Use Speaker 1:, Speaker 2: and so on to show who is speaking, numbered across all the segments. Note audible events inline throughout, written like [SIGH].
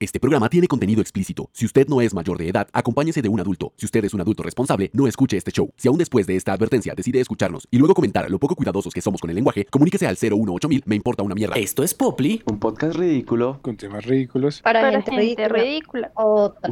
Speaker 1: Este programa tiene contenido explícito. Si usted no es mayor de edad, acompáñese de un adulto. Si usted es un adulto responsable, no escuche este show. Si aún después de esta advertencia decide escucharnos y luego comentar lo poco cuidadosos que somos con el lenguaje, comuníquese al 018000, me importa una mierda.
Speaker 2: Esto es Poply.
Speaker 3: Un podcast ridículo.
Speaker 4: con temas ridículos. [LAUGHS]
Speaker 5: Para,
Speaker 6: Para
Speaker 5: gente,
Speaker 6: gente
Speaker 5: ridícula.
Speaker 6: ridícula.
Speaker 5: Otra.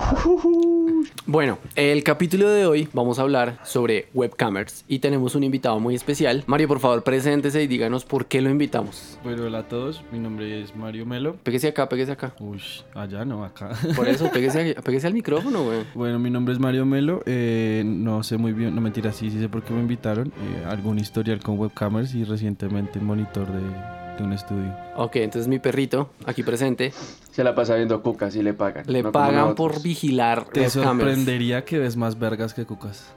Speaker 2: Bueno, el capítulo de hoy vamos a hablar sobre webcamers y tenemos un invitado muy especial. Mario, por favor, preséntese y díganos por qué lo invitamos.
Speaker 7: Bueno, hola a todos, mi nombre es Mario Melo.
Speaker 2: Pégese acá, pégese acá.
Speaker 7: Uy, allá no, acá. [LAUGHS]
Speaker 2: Por eso, pégese, pégese al micrófono, güey.
Speaker 7: Bueno, mi nombre es Mario Melo. eh, no sé muy bien, no mentira, sí, sí sé por qué me invitaron. eh, algún historial con webcamers y recientemente monitor de, de un estudio.
Speaker 2: Ok, entonces mi perrito, aquí presente,
Speaker 3: Se la pasa viendo cucas y le pagan.
Speaker 2: le
Speaker 3: No como
Speaker 2: pagan
Speaker 3: nosotros.
Speaker 2: por vigilar
Speaker 7: Te
Speaker 2: webcamers.
Speaker 7: sorprendería que ves más vergas
Speaker 2: [LAUGHS]
Speaker 7: que cucas.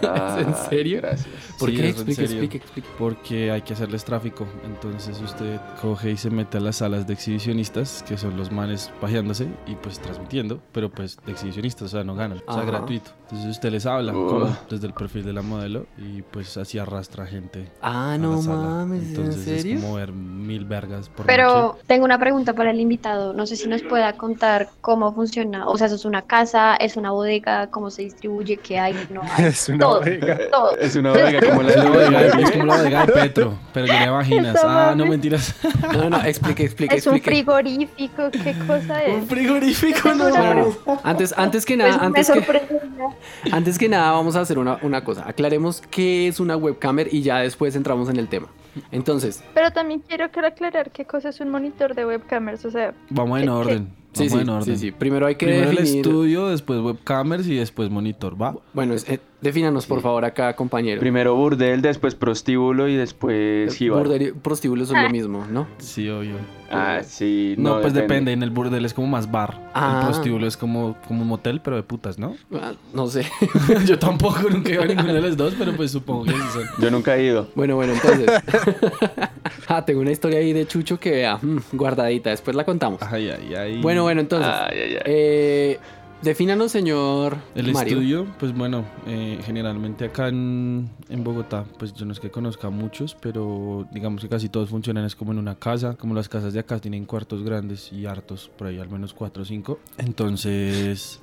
Speaker 3: Ay,
Speaker 2: ¿En serio?
Speaker 3: Gracias.
Speaker 2: ¿Por
Speaker 7: Sí,
Speaker 2: qué?
Speaker 7: es en
Speaker 2: Explique,
Speaker 7: serio.
Speaker 2: explique, explique.
Speaker 7: Porque eh, hay que hacerles tráfico. Entonces usted coge y se mete a las salas de exhibicionistas, que son los manes pajeándose y pues transmitiendo, pero pues de exhibicionistas, o sea, no ganan. O sea,
Speaker 2: Ajá.
Speaker 7: gratuito. Entonces usted les habla
Speaker 3: Oh.
Speaker 7: como desde el perfil de la modelo y pues así arrastra gente.
Speaker 2: Ah,
Speaker 7: a
Speaker 2: no
Speaker 7: la sala.
Speaker 2: mames, ¿en
Speaker 7: Entonces
Speaker 2: serio?
Speaker 7: es como ver mil
Speaker 2: [LAUGHS]
Speaker 7: vergas por noche.
Speaker 6: Pero tengo una pregunta para el invitado. No sé si nos pueda contar cómo funciona. O sea, ¿eso es una casa? ¿Es una bodega? ¿Cómo se distribuye? ¿Qué hay? No
Speaker 3: [LAUGHS]
Speaker 6: hay.
Speaker 4: Es una
Speaker 6: Todo.
Speaker 4: bodega.
Speaker 6: Todo.
Speaker 3: Es una bodega como la
Speaker 7: [LAUGHS] Es
Speaker 3: de
Speaker 7: como la bodega- es
Speaker 3: Luis.
Speaker 7: como la bodega de Petro, pero tiene vaginas.
Speaker 6: Esa
Speaker 7: Ah, no
Speaker 6: mames.
Speaker 7: mentiras. [LAUGHS]
Speaker 2: No, no, no, explique, explique,
Speaker 6: ¿Es un
Speaker 2: explique.
Speaker 6: frigorífico? ¿Qué cosa es?
Speaker 7: frigorífico,
Speaker 6: no
Speaker 2: [LAUGHS] No,
Speaker 6: mames.
Speaker 2: no, no. Antes, antes que
Speaker 6: Pues
Speaker 2: nada,
Speaker 6: me
Speaker 2: antes que...
Speaker 6: sorprende.
Speaker 2: Antes que nada, vamos a hacer una, una cosa. Aclaremos qué es una webcamer y ya después entramos en el tema. Entonces,
Speaker 5: Pero también quiero quiero aclarar qué cosa es un monitor de webcamers. O sea,
Speaker 7: Vamos en orden.
Speaker 2: sí,
Speaker 7: vamos
Speaker 2: sí,
Speaker 7: en orden.
Speaker 2: sí, sí. Primero hay que
Speaker 7: Primero el
Speaker 2: definir-
Speaker 7: estudio, después webcamers y después monitor, ¿va?
Speaker 2: Bueno, es- eh, defínanos por favor acá, compañero.
Speaker 3: Primero burdel, después prostíbulo y después jíbaro.
Speaker 2: Burdel y prostíbulo son lo mismo, ¿no?
Speaker 7: Sí, obvio.
Speaker 3: Ah, sí.
Speaker 7: No,
Speaker 3: No,
Speaker 7: pues depende. En el burdel es como más bar.
Speaker 2: Ah.
Speaker 7: El prostíbulo es como, como un motel, pero de
Speaker 2: [LAUGHS]
Speaker 7: putas, ¿no?
Speaker 2: Ah, no sé.
Speaker 7: Yo tampoco nunca iba a ninguno de los dos, pero pues supongo que sí son.
Speaker 3: Yo nunca he ido.
Speaker 2: Bueno, bueno,
Speaker 3: [LAUGHS]
Speaker 2: entonces. ah, tengo una historia ahí de Chucho que vea, mm, guardadita, después la contamos.
Speaker 7: Ay, ay, ay.
Speaker 2: Bueno, bueno,
Speaker 7: Pues,
Speaker 2: entonces.
Speaker 3: ay, ay, ay.
Speaker 2: eh, defínanos, señor
Speaker 7: El
Speaker 2: Mario.
Speaker 7: estudio, pues bueno, eh, generalmente acá en, en Bogotá, pues yo no es que conozca muchos, pero digamos que casi todos funcionan es como en una casa, como las casas de acá tienen cuartos grandes y hartos, por ahí al menos cuatro o cinco. Entonces,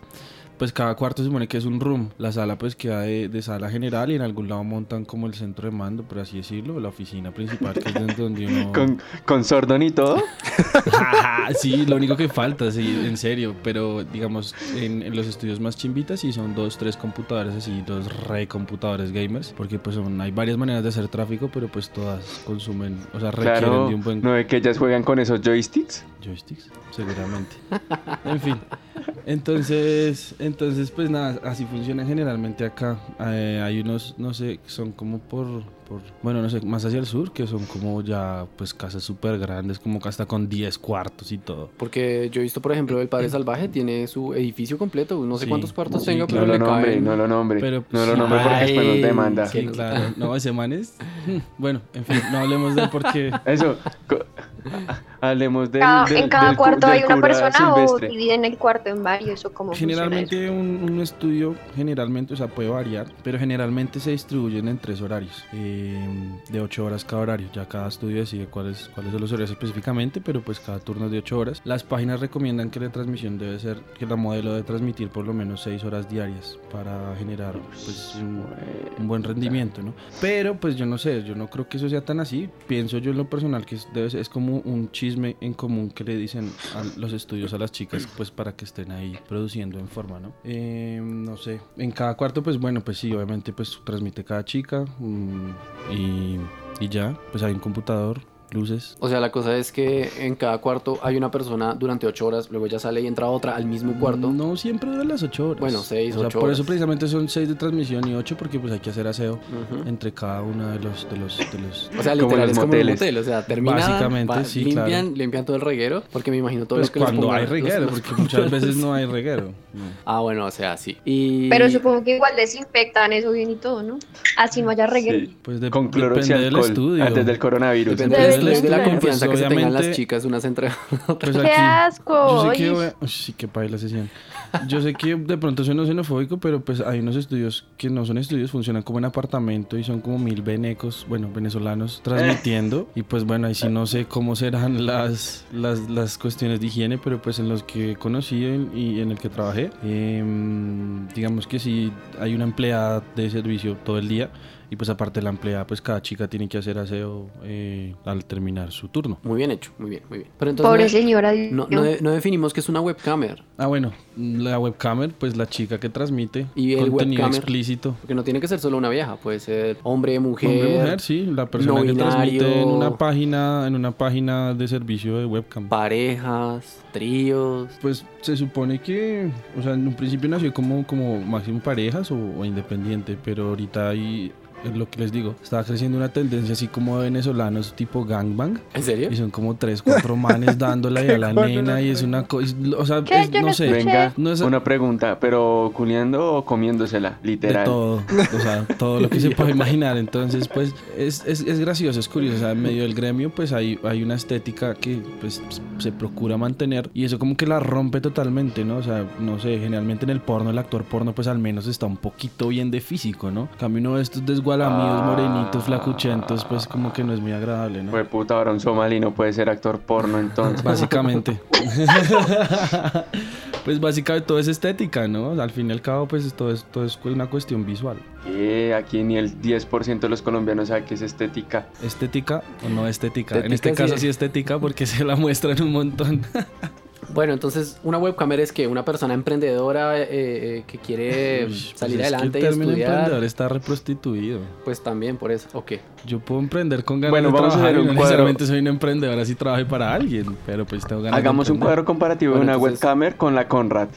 Speaker 7: pues cada cuarto se supone que es un room. La sala pues queda de, de sala general y en algún lado montan como el centro de mando, por así decirlo, o la oficina principal, que es donde- donde uno...
Speaker 3: Con, con sordón y
Speaker 7: [LAUGHS]
Speaker 3: todo.
Speaker 7: Ajá, [LAUGHS] sí, lo único que falta, sí, en serio. Pero digamos, en, en los estudios más chimbitas sí son dos, tres computadores así, dos re computadores gamers. Porque pues son- hay varias maneras de hacer tráfico, pero pues todas consumen, o sea, requieren
Speaker 3: Claro.
Speaker 7: de un buen
Speaker 3: No de que ellas juegan con esos joysticks.
Speaker 7: joysticks, seguramente. En fin. Entonces, entonces pues nada, así funciona generalmente acá. Eh, hay unos, no sé, son como por, por, bueno, no sé, más hacia el sur, que son como ya pues casas súper grandes, como hasta con 10 cuartos y todo.
Speaker 2: Porque yo he visto, por ejemplo, el Padre Salvaje tiene su edificio completo. No sé
Speaker 7: Sí.
Speaker 2: cuántos cuartos
Speaker 7: Sí,
Speaker 2: tenga,
Speaker 7: claro.
Speaker 3: No
Speaker 2: pero
Speaker 3: lo
Speaker 2: le
Speaker 3: nombre,
Speaker 2: caben.
Speaker 3: no lo nombre.
Speaker 7: Pero,
Speaker 3: No lo
Speaker 7: sí.
Speaker 3: nombre porque después nos
Speaker 2: Ay,
Speaker 3: demanda.
Speaker 2: sí.
Speaker 7: Sí, claro. No, ese man es. [LAUGHS] Bueno, en fin, no hablemos de él porque. [LAUGHS]
Speaker 3: Eso. co- Hablemos del,
Speaker 6: Cada-
Speaker 3: del-
Speaker 6: en cada
Speaker 3: del cu-
Speaker 6: cuarto
Speaker 3: del
Speaker 6: hay una
Speaker 3: cura
Speaker 6: persona
Speaker 3: silvestre.
Speaker 6: o dividen el cuarto en varios o cómo funciona
Speaker 7: Generalmente
Speaker 6: eso?
Speaker 7: un, un estudio, generalmente, o sea, puede variar, pero generalmente se distribuyen en tres horarios, eh, de ocho horas cada horario. Ya cada estudio decide cuáles cuáles son los horarios específicamente, pero pues cada turno es de ocho horas. Las páginas recomiendan que la transmisión debe ser, que la modelo debe transmitir por lo menos seis horas diarias para generar pues un, un buen rendimiento, ¿no? Pero pues yo no sé, yo no creo que eso sea tan así. Pienso yo en lo personal que es, debe ser- es como un chisme en común que le dicen a los estudios a las chicas pues para que estén ahí produciendo en forma, ¿no? Eh, no sé, en cada cuarto pues bueno, pues sí, obviamente pues transmite cada chica mm, y, y ya, pues hay un computador, luces.
Speaker 2: O sea, la cosa es que en cada cuarto hay una persona durante ocho horas, luego ya sale y entra otra al mismo cuarto.
Speaker 3: Mm.
Speaker 7: No siempre duran las ocho horas.
Speaker 2: Bueno, seis,
Speaker 7: O sea,
Speaker 2: ocho
Speaker 7: Por
Speaker 2: horas.
Speaker 7: eso precisamente son seis de transmisión y ocho porque pues hay que hacer aseo
Speaker 2: Ujú.
Speaker 7: entre cada una de los, de los, de los
Speaker 2: O sea,
Speaker 3: Como
Speaker 2: literal
Speaker 3: los
Speaker 2: es como un
Speaker 3: moteles.
Speaker 2: motel, o sea, terminan,
Speaker 7: Básicamente,
Speaker 2: va-
Speaker 7: sí,
Speaker 2: limpian,
Speaker 7: claro.
Speaker 2: limpian todo el reguero, porque me imagino todo
Speaker 7: Pues
Speaker 2: lo que les
Speaker 7: cuando
Speaker 2: pongan-
Speaker 7: hay
Speaker 2: los-
Speaker 7: reguero,
Speaker 2: los
Speaker 7: porque muchas
Speaker 2: computadores.
Speaker 7: veces no hay reguero.
Speaker 2: [LAUGHS] Ah, bueno, o sea, sí. Y...
Speaker 6: Pero supongo que igual desinfectan eso bien y todo, ¿no? Así no haya reguero.
Speaker 3: Sí.
Speaker 7: Pues de-
Speaker 3: Con cloro y
Speaker 7: depende del
Speaker 3: alcohol,
Speaker 7: estudio.
Speaker 3: Antes del coronavirus.
Speaker 2: Depende
Speaker 7: Depende
Speaker 2: del
Speaker 7: del
Speaker 2: es de la
Speaker 5: Claro.
Speaker 2: confianza
Speaker 7: Pues,
Speaker 2: que se tengan las
Speaker 7: obviamente-
Speaker 2: chicas unas entre [LAUGHS]
Speaker 7: Pues
Speaker 5: ¡Qué asco!
Speaker 7: Yo sé que,
Speaker 5: Oye,
Speaker 7: obvia- Uy, sí, qué paila sesión. Yo sé que de pronto suena xenofóbico, pero pues hay unos estudios que no son estudios, funcionan como en apartamento y son como mil venecos, bueno, venezolanos transmitiendo. Y pues bueno, ahí sí no sé cómo serán las, las, las cuestiones de higiene, pero pues en los que conocí en- y en el que trabajé, em, digamos que sí hay una empleada de servicio todo el día. Y pues aparte de la empleada, pues cada chica tiene que hacer aseo eh, al terminar su turno.
Speaker 2: Muy bien hecho, muy bien, muy bien. Pero entonces
Speaker 6: Pobre
Speaker 2: no-
Speaker 6: señora. Dios
Speaker 2: no,
Speaker 6: mío.
Speaker 2: no de- no definimos que es una webcamer,
Speaker 7: Ah, bueno, la webcamer, pues la chica que transmite
Speaker 2: ¿Y el
Speaker 7: contenido
Speaker 2: webcamer?
Speaker 7: explícito.
Speaker 2: porque no tiene que ser solo una vieja, puede ser hombre, mujer.
Speaker 7: Hombre, mujer, sí, la persona
Speaker 2: no
Speaker 7: que transmite en
Speaker 2: binario.
Speaker 7: una página, en una página de servicio de webcam.
Speaker 2: Parejas, tríos.
Speaker 7: Pues se supone que, o sea, en un principio nació como, como máximo parejas o, o independiente, pero ahorita hay, es lo que les digo, está creciendo una tendencia así como de venezolanos tipo gangbang.
Speaker 2: ¿En serio?
Speaker 7: Y son como tres,
Speaker 2: [LAUGHS]
Speaker 7: cuatro manes dándole ahí a la nena y es una cosa, o sea,
Speaker 5: ¿Qué?
Speaker 7: es-
Speaker 5: Yo
Speaker 7: no
Speaker 5: no
Speaker 7: sé.
Speaker 5: escuché.
Speaker 3: Venga,
Speaker 7: No es-
Speaker 3: una pregunta, pero culiando o comiéndosela,
Speaker 7: De
Speaker 3: literal.
Speaker 7: todo, o sea, todo lo que se puede imaginar. Entonces, pues, es, es, es gracioso, es curioso. O sea, en medio del gremio, pues, hay, hay una estética que, pues, se procura mantener. Y eso como que la rompe totalmente, ¿no? O sea, no sé, generalmente en el porno, el actor porno, pues, al menos está un poquito bien de físico, ¿no? En Cambio uno de estos desgualamidos, morenitos, flacuchentos, pues, como que no es muy agradable, ¿no?
Speaker 3: Fue puta, ahora un somalí no puede ser actor porno entonces.
Speaker 7: Básicamente. [LAUGHS] pues básicamente todo es estética, ¿no? O sea, al fin y al cabo, pues todo es, todo es una cuestión visual.
Speaker 3: Eh, aquí ni el 10% de los colombianos sabe que es estética.
Speaker 7: estética o no estética. en
Speaker 2: Estética
Speaker 7: este
Speaker 2: sí
Speaker 7: caso
Speaker 2: es.
Speaker 7: sí estética porque se la muestran un montón.
Speaker 2: Bueno, entonces una webcamer es que una persona emprendedora eh, eh, que quiere
Speaker 7: Uy, pues
Speaker 2: salir
Speaker 7: es que
Speaker 2: adelante
Speaker 7: el
Speaker 2: y
Speaker 7: término emprendedor
Speaker 2: estudiar.
Speaker 7: está reprostituido.
Speaker 2: Pues también por eso. Ok.
Speaker 7: Yo puedo emprender con ganas
Speaker 3: Bueno,
Speaker 7: de
Speaker 3: vamos a
Speaker 7: trabajar
Speaker 3: hacer
Speaker 7: y
Speaker 3: un
Speaker 7: no
Speaker 3: cuadro.
Speaker 7: necesariamente soy un emprendedor así trabaje para alguien, pero pues tengo ganas de
Speaker 3: Hagamos un
Speaker 7: emprender.
Speaker 3: cuadro comparativo
Speaker 2: Bueno,
Speaker 3: de una
Speaker 2: entonces-
Speaker 3: webcamer con la Conrad.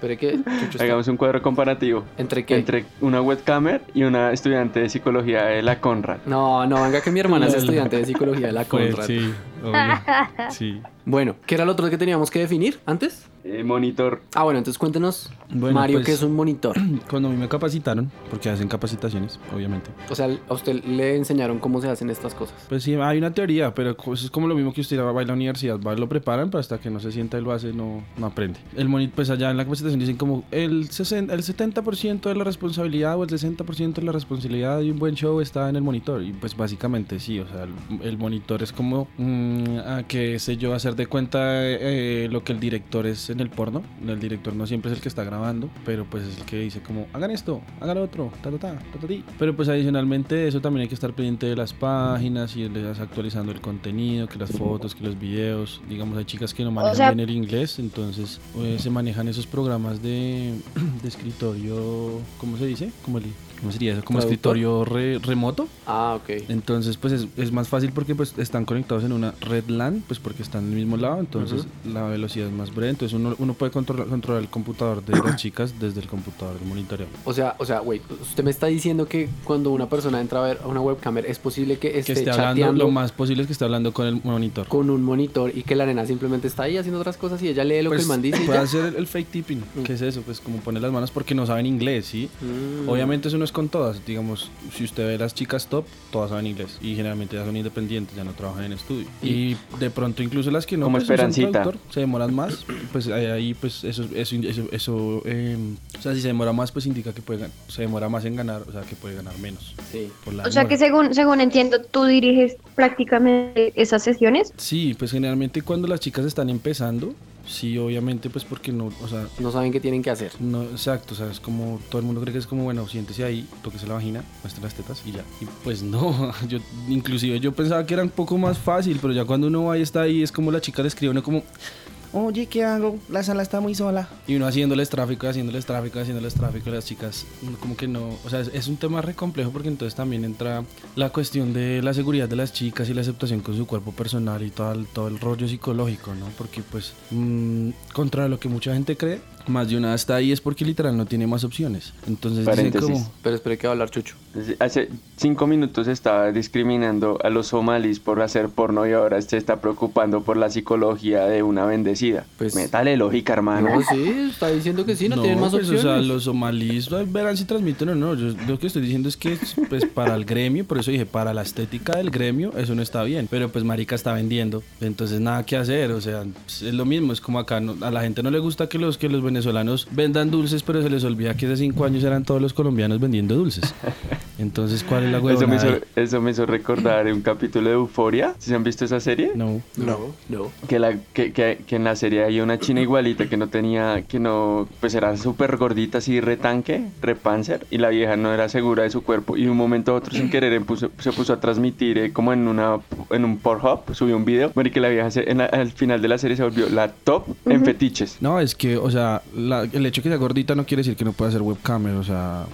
Speaker 2: Pero es que. Chucho, está-
Speaker 3: Hagamos un cuadro comparativo
Speaker 2: ¿Entre qué?
Speaker 3: entre una webcamer y una estudiante de psicología de la Conrad.
Speaker 2: No, no, venga que mi hermana
Speaker 7: [LAUGHS]
Speaker 2: es
Speaker 7: Lol.
Speaker 2: estudiante de psicología
Speaker 7: [LAUGHS]
Speaker 2: de la
Speaker 7: Pues,
Speaker 2: Conrad.
Speaker 7: sí,
Speaker 2: [LAUGHS]
Speaker 7: obvio. Sí.
Speaker 2: Bueno, ¿qué era lo otro que teníamos que definir antes?
Speaker 3: Eh, monitor.
Speaker 2: Ah, bueno, entonces cuéntenos,
Speaker 7: Bueno,
Speaker 2: Mario,
Speaker 7: pues-
Speaker 2: que es un monitor.
Speaker 7: Cuando a mí me capacitaron, porque hacen capacitaciones, obviamente.
Speaker 2: O sea, a usted le enseñaron cómo se hacen estas cosas.
Speaker 7: Pues sí, hay una teoría, pero co- es como lo mismo que usted va a la universidad, va, lo preparan, pero hasta que no se sienta y lo hace, no, no aprende. El moni- pues allá en la capacitación dicen como el, 60, el 70% de la responsabilidad o el 60% de la responsabilidad de un buen show está en el monitor. Y pues básicamente sí, o sea, el, el monitor es como, mm, ah, qué sé yo, hacer de cuenta eh, lo que el director es en el porno. El director no siempre es el que está grabando, pero pues es el que dice como, hagan esto, hagan lo otro, ta ta ta, ta ta ti. Pero pues adicionalmente de eso también hay que estar pendiente de las páginas y les actualizando el contenido, que las fotos, que los videos. Digamos, hay chicas que no manejan
Speaker 6: sea-
Speaker 7: bien el inglés, entonces eh, se manejan esos programas de, [CLEARS THROAT] de escritorio, ¿cómo se dice? Como el- ¿Cómo sería eso? Como
Speaker 2: ¿Traductor?
Speaker 7: escritorio re- remoto.
Speaker 2: Ah, ok.
Speaker 7: Entonces, pues es, es más fácil porque pues están conectados en una red LAN, pues porque están del mismo lado, entonces la velocidad es más breve. Entonces uno, uno puede controlar, controlar el computador de las chicas desde el computador del monitoreo.
Speaker 2: O sea, o sea, güey, usted me está diciendo que cuando una persona entra a ver a una webcamer es posible que
Speaker 7: Que
Speaker 2: esté,
Speaker 7: esté hablando,
Speaker 2: Este, chateando
Speaker 7: lo más posible es que esté hablando con el monitor.
Speaker 2: con un monitor y que la nena simplemente está ahí haciendo otras cosas y ella lee lo que
Speaker 7: Pues,
Speaker 2: el man dice y
Speaker 7: puede
Speaker 2: ya.
Speaker 7: hacer el, el fake tipping, que es eso, pues como poner las manos porque no saben inglés, ¿sí?
Speaker 2: Mm.
Speaker 7: Obviamente eso no es con todas, digamos, si usted ve las chicas top, todas saben inglés y generalmente ya son independientes, ya no trabajan en estudio. Y de pronto incluso las que no
Speaker 3: Como
Speaker 7: pues, usan
Speaker 3: Esperancita.
Speaker 7: traductor, se demoran más, pues ahí, ahí, pues eso, eso, eso, eso, eh, o sea, si se demora más, pues indica que puede, gan- se demora más en ganar, o sea, que puede ganar menos.
Speaker 2: Sí.
Speaker 7: por la
Speaker 6: O sea que
Speaker 7: demora.
Speaker 6: según, según entiendo, tú diriges prácticamente esas sesiones.
Speaker 7: Sí, pues generalmente cuando las chicas están empezando, sí, obviamente, pues porque no, o sea,
Speaker 2: No saben qué tienen que hacer.
Speaker 7: No, exacto, o sea, es como todo el mundo cree que es como, bueno, siéntese ahí, toquese la vagina, muestre las tetas y ya. Y pues no, [LAUGHS] yo inclusive yo pensaba que era un poco más fácil, pero ya cuando uno va y está ahí es como la chica le escribe a uno como, oye, ¿qué hago? La sala está muy sola. Y uno haciéndoles tráfico, haciéndoles tráfico, haciéndoles tráfico a las chicas, uno como que no, o sea, es, es un tema re complejo porque entonces también entra la cuestión de la seguridad de las chicas y la aceptación con su cuerpo personal y todo el, todo el rollo psicológico, ¿no? Porque pues, mm, contra lo que mucha gente cree, más de una está ahí es porque literal no tiene más opciones. Entonces dicen
Speaker 3: Paréntesis.
Speaker 7: como,
Speaker 2: Pero espere que va a hablar Chucho.
Speaker 3: Hace cinco minutos estaba discriminando a los somalíes por hacer porno y ahora se está preocupando por la psicología de una bendecida.
Speaker 2: Pues-
Speaker 3: Pues, Métale lógica, hermano.
Speaker 2: No, sí, está diciendo que sí, no, tienen más
Speaker 7: pues,
Speaker 2: opciones.
Speaker 7: O sea, los somalíes ay, verán si transmiten o no. Yo lo que estoy diciendo es que pues para el gremio, por eso dije, para la estética del gremio, eso no está bien. Pero pues marica está vendiendo, entonces nada que hacer. O sea, es lo mismo, es como acá no- a la gente no le gusta que los que los venezolanos vendan dulces, pero se les olvida que hace cinco años eran todos los colombianos vendiendo dulces. Entonces, ¿cuál es la
Speaker 3: Eso Pues, me,
Speaker 7: huevonada
Speaker 3: hizo,
Speaker 7: ahí?
Speaker 3: eso me hizo recordar un capítulo de Euforia. ¿Sí se han visto esa serie?
Speaker 7: No.
Speaker 2: No, no.
Speaker 3: Que, la, que, que- que en la serie hay una china igualita que no tenía, que no, pues era súper gordita, así retanque, repanzer, y la vieja no era segura de su cuerpo. Y de un momento a otro, sin querer, empuso- se puso a transmitir eh, como en una en un Pornhub, subió un video. Bueno, y que la vieja se- en la- al final de la serie se volvió la top en fetiches.
Speaker 7: No, es que, o sea, la- el hecho de que sea gordita no quiere decir que no pueda ser webcamer, o sea,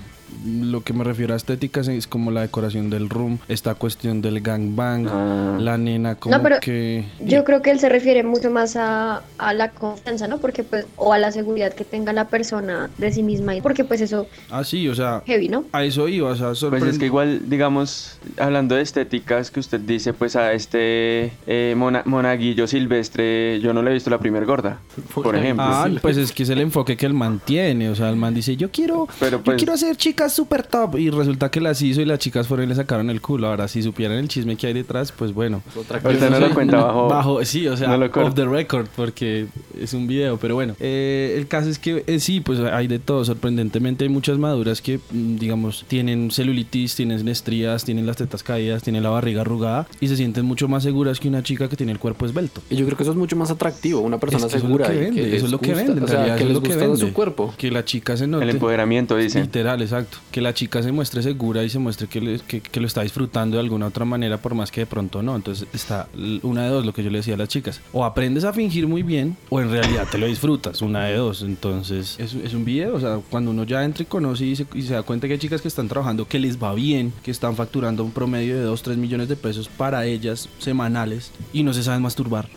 Speaker 7: lo que me refiero a estéticas es como la decoración del room, esta cuestión del gangbang,
Speaker 3: Ah.
Speaker 7: la nena como
Speaker 6: No, pero-
Speaker 7: que...
Speaker 6: Yo creo que él se refiere mucho más a, a la confianza, ¿no? Porque pues, o a la seguridad que tenga la persona de sí misma, y- porque pues eso
Speaker 7: Ah, sí, o sea,
Speaker 6: heavy, ¿no?
Speaker 7: a eso iba, o sea,
Speaker 3: Pues
Speaker 7: sorprende...
Speaker 3: es que igual, digamos, hablando de estéticas que usted dice, pues a este eh, mona- monaguillo silvestre, yo no le he visto la primer gorda, por
Speaker 2: Monaguillo.
Speaker 3: ejemplo.
Speaker 7: Ah, pues es que es el enfoque que él mantiene, o sea, el man dice, yo quiero,
Speaker 3: Pero,
Speaker 7: yo
Speaker 3: pues-
Speaker 7: quiero hacer chicas super top, y resulta que las hizo y las chicas fueron y le sacaron el culo, ahora si supieran el chisme que hay detrás, pues bueno,
Speaker 2: Otra
Speaker 3: Ahorita
Speaker 2: cosa.
Speaker 7: [LAUGHS]
Speaker 3: no lo cuenta bajo.
Speaker 7: Bajo, sí, o sea,
Speaker 3: No lo corto.
Speaker 7: off the record, porque es un video, pero bueno. Eh, el caso es que eh, sí, pues hay de todo. Sorprendentemente hay muchas maduras que, mm, digamos, tienen celulitis, tienen estrías, tienen las tetas caídas, tienen la barriga arrugada y se sienten mucho más seguras que una chica que tiene el cuerpo esbelto.
Speaker 2: Y yo creo que eso es mucho más atractivo, una persona
Speaker 7: Es que
Speaker 2: segura.
Speaker 7: eso es lo que
Speaker 2: y
Speaker 7: vende,
Speaker 2: les
Speaker 7: eso es lo que
Speaker 2: gusta,
Speaker 7: vende, en
Speaker 2: O sea,
Speaker 7: realidad,
Speaker 2: que
Speaker 7: eso es
Speaker 2: les
Speaker 7: lo que
Speaker 2: gusta
Speaker 7: vende.
Speaker 2: su cuerpo.
Speaker 7: Que la chica se note.
Speaker 3: El empoderamiento, dicen.
Speaker 7: Literal, exacto. Que la chica se muestre segura y se muestre que, le- que- que lo está disfrutando de alguna otra manera, por más que de pronto no. Entonces está l- una de dos, lo que yo le decía a las chicas. O aprendes a fingir muy bien, o en realidad te lo disfrutas, una de dos. Entonces es, es un video, o sea, cuando uno ya entra y conoce y se, y se da cuenta que hay chicas que están trabajando, que les va bien, que están facturando un promedio de 2, 3 millones de pesos para ellas semanales y no se saben masturbar.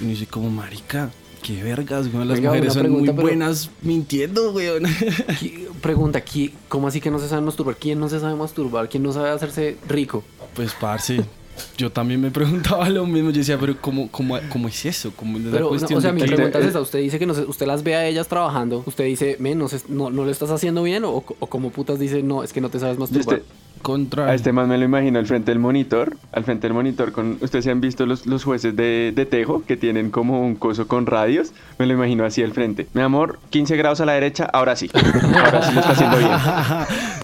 Speaker 7: Y uno dice como, marica. Qué vergas, güey, Las
Speaker 2: Oiga,
Speaker 7: mujeres
Speaker 2: una
Speaker 7: son muy
Speaker 2: pregunta, pero-
Speaker 7: buenas mintiendo, [LAUGHS] weón.
Speaker 2: Qui- Pregunta, ¿qui- ¿cómo así que no se sabe masturbar? ¿Quién no se sabe masturbar? ¿Quién no sabe hacerse rico?
Speaker 7: Pues, parce, yo también me [LAUGHS] preguntaba lo mismo. Yo decía, pero ¿cómo, cómo, cómo es eso? ¿Cómo es la
Speaker 2: Pero, no,
Speaker 7: cuestión
Speaker 2: o sea,
Speaker 7: de
Speaker 2: mi
Speaker 7: que- eh,
Speaker 2: pregunta es esa. Usted dice que no se- usted las ve a ellas trabajando. Usted dice, men, no, se- no, no lo estás haciendo bien. O, o como putas dice, no, es que no te sabes
Speaker 3: Yo
Speaker 2: masturbar.
Speaker 3: este-
Speaker 7: Contra...
Speaker 3: a este más me lo imagino al frente del monitor, al frente del monitor con ustedes se han visto los, los jueces de, de Tejo que tienen como un coso con radios, me lo imagino así al frente. Mi amor, 15 grados a la derecha, ahora sí. Ahora sí lo está
Speaker 7: [LAUGHS]
Speaker 3: haciendo bien.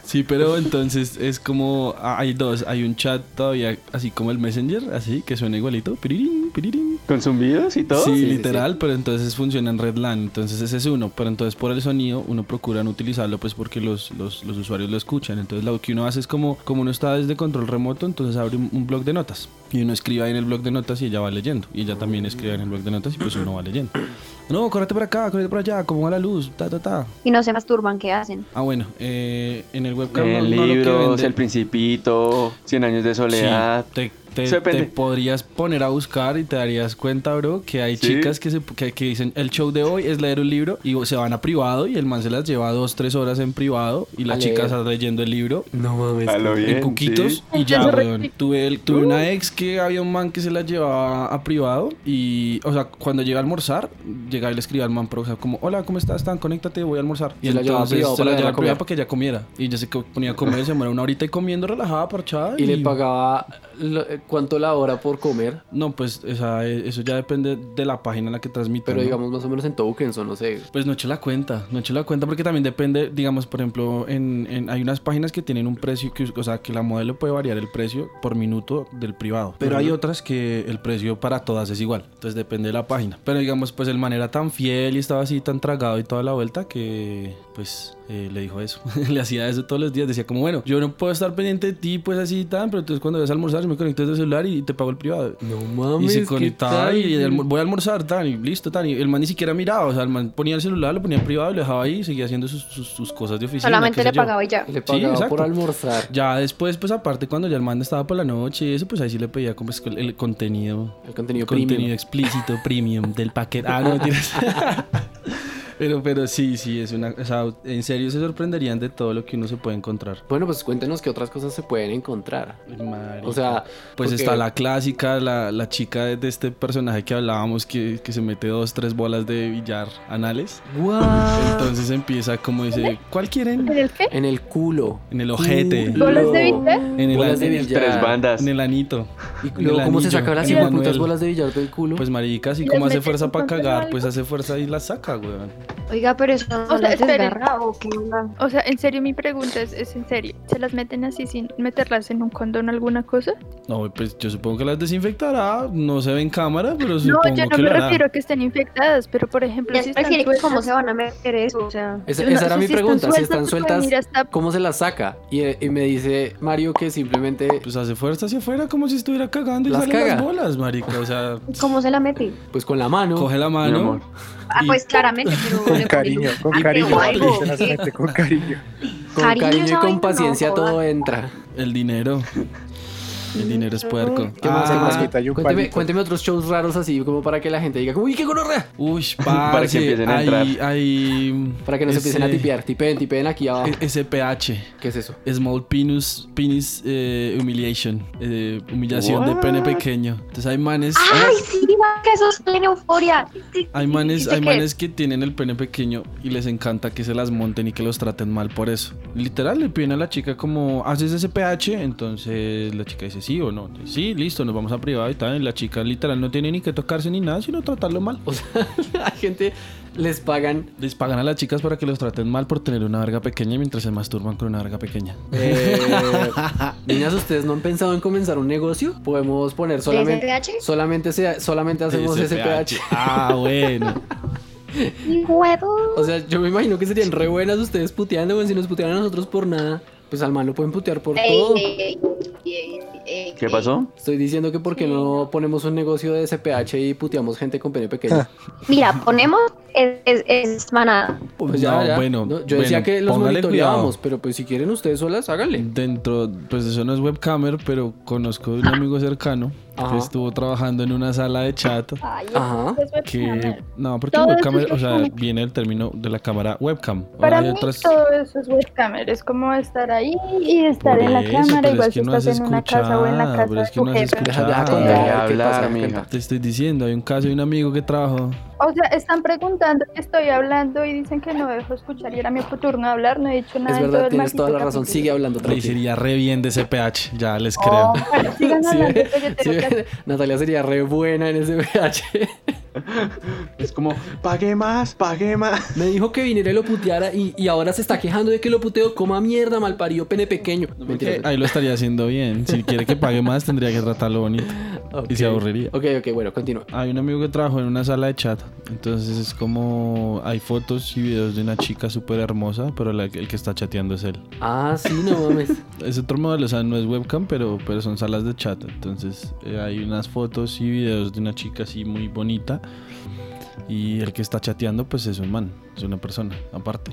Speaker 7: sí, pero entonces es como... ah, Hay dos. Hay un chat todavía, así como el Messenger, así, que suena igualito. Pirirín, pirirín.
Speaker 3: Con zumbidos y todo.
Speaker 7: Sí,
Speaker 2: Sí, sí,
Speaker 7: literal, pero entonces funciona en Redland, entonces ese es uno, pero entonces por el sonido uno procura no utilizarlo pues porque los, los, los usuarios lo escuchan, entonces lo que uno hace es como, como uno está desde control remoto, entonces abre un, un blog de notas y uno escribe ahí en el blog de notas y ella va leyendo y ella también escribe en el blog de notas y pues uno va leyendo. [COUGHS] No, córrete para acá, córrete para allá, como va la luz, ta, ta, ta.
Speaker 6: Y no se masturban, ¿qué hacen?
Speaker 7: Ah, bueno, eh, en el webcam
Speaker 3: Eh,
Speaker 7: no- no lo que
Speaker 3: libros,
Speaker 7: vende-
Speaker 3: El Principito, 100 años de
Speaker 7: Sí,
Speaker 3: soledad.
Speaker 7: te, te-
Speaker 3: Eso depende.
Speaker 7: te podrías poner a buscar y te darías cuenta, bro, que hay
Speaker 3: Sí.
Speaker 7: chicas que, se, que, que dicen el show de hoy es leer un libro y se van a privado y el man se las lleva dos, tres horas en privado y la
Speaker 2: A
Speaker 7: chica
Speaker 2: leer.
Speaker 7: está leyendo el libro
Speaker 2: No mames.
Speaker 3: A lo bien,
Speaker 7: en cuquitos
Speaker 3: sí.
Speaker 7: y ya,
Speaker 5: Eso es
Speaker 7: weón.
Speaker 5: rico.
Speaker 7: Tuve, el- tuve
Speaker 2: Uh.
Speaker 7: una ex que había un man que se la llevaba a privado y, o sea, cuando llega a almorzar, llega y le escribía al man, pero, o sea, como, hola, ¿cómo estás? Tan, conéctate, voy a almorzar. Y
Speaker 2: Se la llevaba a privado
Speaker 7: se
Speaker 2: para dejarla
Speaker 7: la llevaba a
Speaker 2: comer.
Speaker 7: privado para que ella comiera. Y ella se co- ponía a comer, se demoraba una horita y comiendo relajada, parchada.
Speaker 2: Y le pagaba lo- eh, cuánto la hora por comer.
Speaker 7: No, pues o sea, e- eso ya depende de la página en la que transmita.
Speaker 2: Pero
Speaker 7: ¿no?
Speaker 2: digamos más o menos en tokens o no sé.
Speaker 7: Pues no he hecho la cuenta, no he hecho la cuenta porque también depende, digamos, por ejemplo, en, en- hay unas páginas que tienen un precio, que, o sea, que la modelo puede variar el precio por minuto del privado, pero hay otras que el precio para todas es igual, entonces depende de la página. Pero digamos, pues el man era tan fiel y estaba así tan tragado y toda la vuelta que, pues, eh, le dijo eso, [LAUGHS] le hacía eso todos los días, decía como, bueno, yo no puedo estar pendiente de ti, pues así tan, pero entonces cuando vas a almorzar yo me conecto desde el celular y te pago el privado.
Speaker 2: No mames.
Speaker 7: Y se
Speaker 2: ¿qué
Speaker 7: conectaba
Speaker 2: tal?
Speaker 7: y el almu- voy a almorzar, tan, y listo, tan. Y el man ni siquiera miraba, o sea, el man ponía el celular, lo ponía en privado, lo dejaba ahí y seguía haciendo sus, sus- sus cosas de oficina.
Speaker 6: Solamente
Speaker 7: qué sé
Speaker 6: le
Speaker 7: yo.
Speaker 6: pagaba y ya.
Speaker 2: Le
Speaker 7: Sí,
Speaker 2: pagaba
Speaker 7: exacto.
Speaker 2: por almorzar.
Speaker 7: Ya después, pues aparte, cuando ya el man estaba por la noche y eso, pues ahí sí le pedía como es que el- el contenido,
Speaker 2: El contenido
Speaker 7: contenido [LAUGHS]
Speaker 2: premium.
Speaker 7: explícito, premium del paquete. Ah, no, mentiras. [LAUGHS] Pero, pero sí, sí, es una. O sea, en serio se sorprenderían de todo lo que uno se puede encontrar.
Speaker 2: Bueno, pues cuéntenos qué otras cosas se pueden encontrar. O sea,
Speaker 7: Pues
Speaker 2: porque-
Speaker 7: está la clásica, la, la chica de, de este personaje que hablábamos que, que se mete dos, tres bolas de billar anales. Entonces empieza como dice, ¿cuál quieren?
Speaker 5: ¿En el qué?
Speaker 2: En el culo.
Speaker 7: En el ojete,
Speaker 2: Culo.
Speaker 5: ¿Bolas de billar?
Speaker 7: En el-
Speaker 2: Bolas de
Speaker 7: en el
Speaker 2: billar.
Speaker 3: Tres bandas.
Speaker 7: en el anito.
Speaker 2: Y
Speaker 7: en
Speaker 2: luego,
Speaker 7: el
Speaker 2: ¿cómo se
Speaker 7: anillo,
Speaker 2: saca las
Speaker 7: en
Speaker 2: hijo de
Speaker 7: el
Speaker 2: putas
Speaker 7: manuelo.
Speaker 2: bolas de billar del culo?
Speaker 7: Pues marica, así
Speaker 5: Les
Speaker 7: como hace
Speaker 5: metes
Speaker 7: fuerza
Speaker 5: un
Speaker 7: para
Speaker 5: control o
Speaker 7: cagar, pues
Speaker 5: algo.
Speaker 7: hace fuerza y la saca, weón.
Speaker 6: Oiga, pero eso no
Speaker 5: sea,
Speaker 6: las
Speaker 5: esperen.
Speaker 6: desgarra o qué onda.
Speaker 5: O sea, en serio, mi pregunta es, es en serio. ¿Se las meten así sin meterlas en un condón o alguna cosa?
Speaker 7: No, pues yo supongo que las desinfectará, no se ve en cámara, pero
Speaker 5: No,
Speaker 7: supongo
Speaker 5: yo no
Speaker 7: que
Speaker 5: me
Speaker 7: lo hará.
Speaker 5: refiero a que estén infectadas, pero por ejemplo,
Speaker 6: Ya
Speaker 5: si
Speaker 6: se
Speaker 5: están
Speaker 6: refiere que
Speaker 5: sueltas...
Speaker 6: cómo se van a meter eso, o sea.
Speaker 2: Esa,
Speaker 5: Yo no
Speaker 2: Pues, esa
Speaker 5: sé
Speaker 2: era mi
Speaker 5: si están
Speaker 2: pregunta. Si están
Speaker 5: pues,
Speaker 2: sueltas,
Speaker 5: mira, está-
Speaker 2: ¿cómo se las saca? Y, y me dice Mario que simplemente,
Speaker 7: Pues hace fuerza hacia afuera como si estuviera cagando y
Speaker 2: Las
Speaker 7: salen
Speaker 2: caga.
Speaker 7: las bolas, marica. O sea,
Speaker 6: ¿Cómo se la mete?
Speaker 2: pues con la mano.
Speaker 7: coge la
Speaker 3: Mi
Speaker 7: mano.
Speaker 3: amor.
Speaker 6: Ah,
Speaker 7: Y-
Speaker 6: pues [LAUGHS] claramente, pero. le
Speaker 4: Con
Speaker 6: pone
Speaker 4: cariño,
Speaker 6: un-
Speaker 4: con
Speaker 6: Ay,
Speaker 4: cariño.
Speaker 6: pero algo,
Speaker 4: Se las
Speaker 6: ¿qué?
Speaker 4: mete con cariño.
Speaker 2: Con
Speaker 6: Cariño,
Speaker 2: cariño y
Speaker 6: esa
Speaker 2: con
Speaker 6: vaina,
Speaker 2: paciencia
Speaker 6: no,
Speaker 2: todo
Speaker 6: joda.
Speaker 2: entra.
Speaker 7: El dinero. El dinero es puerco.
Speaker 2: ¿Qué más?
Speaker 4: Ah,
Speaker 2: ¿Qué más?
Speaker 4: sí, hay un
Speaker 2: Cuénteme,
Speaker 4: palito.
Speaker 2: cuénteme otros shows raros así como para que la gente diga, como, uy, qué gonorrea.
Speaker 7: Uy,
Speaker 3: [LAUGHS] Para que
Speaker 7: parce,
Speaker 3: empiecen a entrar.
Speaker 7: hay- hay-
Speaker 2: Para que no se
Speaker 7: ese-
Speaker 2: empiecen a tipear. Ah. Tipen, tipen aquí abajo.
Speaker 7: e- SPH.
Speaker 2: ¿Qué es eso? [LAUGHS]
Speaker 7: Small Penis, penis eh, Humiliation. eh, humillación de pene pequeño. Entonces hay manes.
Speaker 6: Ay, sí, que eso es en euforia. Sí,
Speaker 7: Hay manes,
Speaker 6: dice
Speaker 7: hay
Speaker 6: que-
Speaker 7: manes que tienen el pene pequeño y les encanta que se las monten y que los traten mal por eso. Literal, le piden a la chica como, ¿haces ese pH? Entonces la chica dice sí o no. Entonces, sí, listo, nos vamos a privado y tal. Y la chica literal no tiene ni que tocarse ni nada, sino tratarlo mal.
Speaker 2: O sea, la gente les pagan.
Speaker 7: Les pagan a las chicas para que los traten mal por tener una verga pequeña mientras se masturban con una verga pequeña. [LAUGHS]
Speaker 2: eh, niñas, ¿ustedes no han pensado en comenzar un negocio? Podemos poner solamente.
Speaker 6: ¿De SPH?
Speaker 2: Solamente, sea- solamente hacemos SPH.
Speaker 7: Ah,
Speaker 2: [LAUGHS]
Speaker 7: bueno.
Speaker 6: Huevo.
Speaker 2: O sea, yo me imagino que serían re buenas ustedes puteando, güey. Si nos putearan a nosotros por nada, pues al man lo pueden putear por
Speaker 6: Ey,
Speaker 2: todo.
Speaker 6: ey, ey, ey, ey,
Speaker 3: ¿Qué
Speaker 6: ey.
Speaker 3: pasó?
Speaker 2: Estoy diciendo que porque no ponemos un negocio de SPH y puteamos gente con pene pequeño.
Speaker 7: Ah,
Speaker 6: Mira, ponemos es, es, es manada.
Speaker 2: Pues ya,
Speaker 7: No,
Speaker 2: ya.
Speaker 7: bueno,
Speaker 2: No, yo decía
Speaker 7: bueno,
Speaker 2: que los
Speaker 7: póngale
Speaker 2: monitoreábamos,
Speaker 7: cuidado.
Speaker 2: pero pues si quieren ustedes solas, háganle.
Speaker 7: Dentro, pues eso no es webcamer, pero conozco de un amigo cercano
Speaker 2: Ajá.
Speaker 7: que estuvo trabajando en una sala de chat.
Speaker 5: Ay,
Speaker 2: Ajá.
Speaker 5: eso es
Speaker 7: que
Speaker 5: webcam.
Speaker 7: no porque
Speaker 5: Todo
Speaker 7: webcam
Speaker 5: eso es
Speaker 7: o sea
Speaker 5: webcam.
Speaker 7: viene el término de la cámara webcam Ahora
Speaker 5: Para
Speaker 7: hay
Speaker 5: mí
Speaker 7: otras-
Speaker 5: todo eso es webcam, es como estar ahí y estar
Speaker 7: Por
Speaker 5: en la
Speaker 7: eso, pero
Speaker 5: cámara,
Speaker 7: es
Speaker 5: igual si
Speaker 7: que no
Speaker 5: estás
Speaker 7: has
Speaker 5: en una casa o en la
Speaker 7: escuchado,
Speaker 5: casa
Speaker 7: pero es
Speaker 5: de
Speaker 7: que no has
Speaker 5: tu jefe.
Speaker 2: Deja,
Speaker 7: escuchado.
Speaker 2: deja
Speaker 7: Chao.
Speaker 2: contar
Speaker 3: Deja
Speaker 2: qué
Speaker 3: hablar,
Speaker 2: pasa,
Speaker 3: mija.
Speaker 2: cuenta.
Speaker 7: te estoy diciendo hay un caso de un amigo que trabajó
Speaker 5: O sea, están preguntando que estoy hablando y dicen que no dejo escuchar y era mi turno de hablar, no he dicho
Speaker 2: Es
Speaker 5: nada. en todo
Speaker 2: verdad,
Speaker 5: el
Speaker 2: tienes toda la
Speaker 5: maldito
Speaker 2: razón.
Speaker 5: capítulo.
Speaker 2: Sigue hablando,
Speaker 7: le
Speaker 2: tranquila.
Speaker 7: sería re bien de CPH ya les
Speaker 5: Oh,
Speaker 7: creo
Speaker 5: bueno,
Speaker 2: [LAUGHS]
Speaker 5: sigan
Speaker 2: Sí,
Speaker 5: hablando,
Speaker 2: ve,
Speaker 5: que yo
Speaker 2: sí,
Speaker 5: tengo que-
Speaker 2: ve, Natalia sería re buena en
Speaker 7: [LAUGHS]
Speaker 2: SPH.
Speaker 3: Es como, pagué más, pagué más.
Speaker 2: Me dijo que viniera y lo puteara y, y ahora se está quejando de que lo puteo. Coma mierda, mal parido, pene pequeño. Mentira.
Speaker 7: Porque Eh, ahí lo estaría haciendo bien si quiere que pague más tendría que tratarlo bonito
Speaker 2: Ok.
Speaker 7: y se aburriría
Speaker 2: Ok, ok, bueno, continúa.
Speaker 7: hay un amigo que trabajó en una sala de chat. Entonces es como hay fotos y videos de una chica súper hermosa, pero la- el que está chateando es él.
Speaker 2: Ah, sí, no mames. [LAUGHS]
Speaker 7: Es otro modelo, o sea, no es webcam, pero, pero son salas de chat. Entonces eh, hay unas fotos y videos de una chica así muy bonita. Y el que está chateando, pues es un man, es una persona, aparte.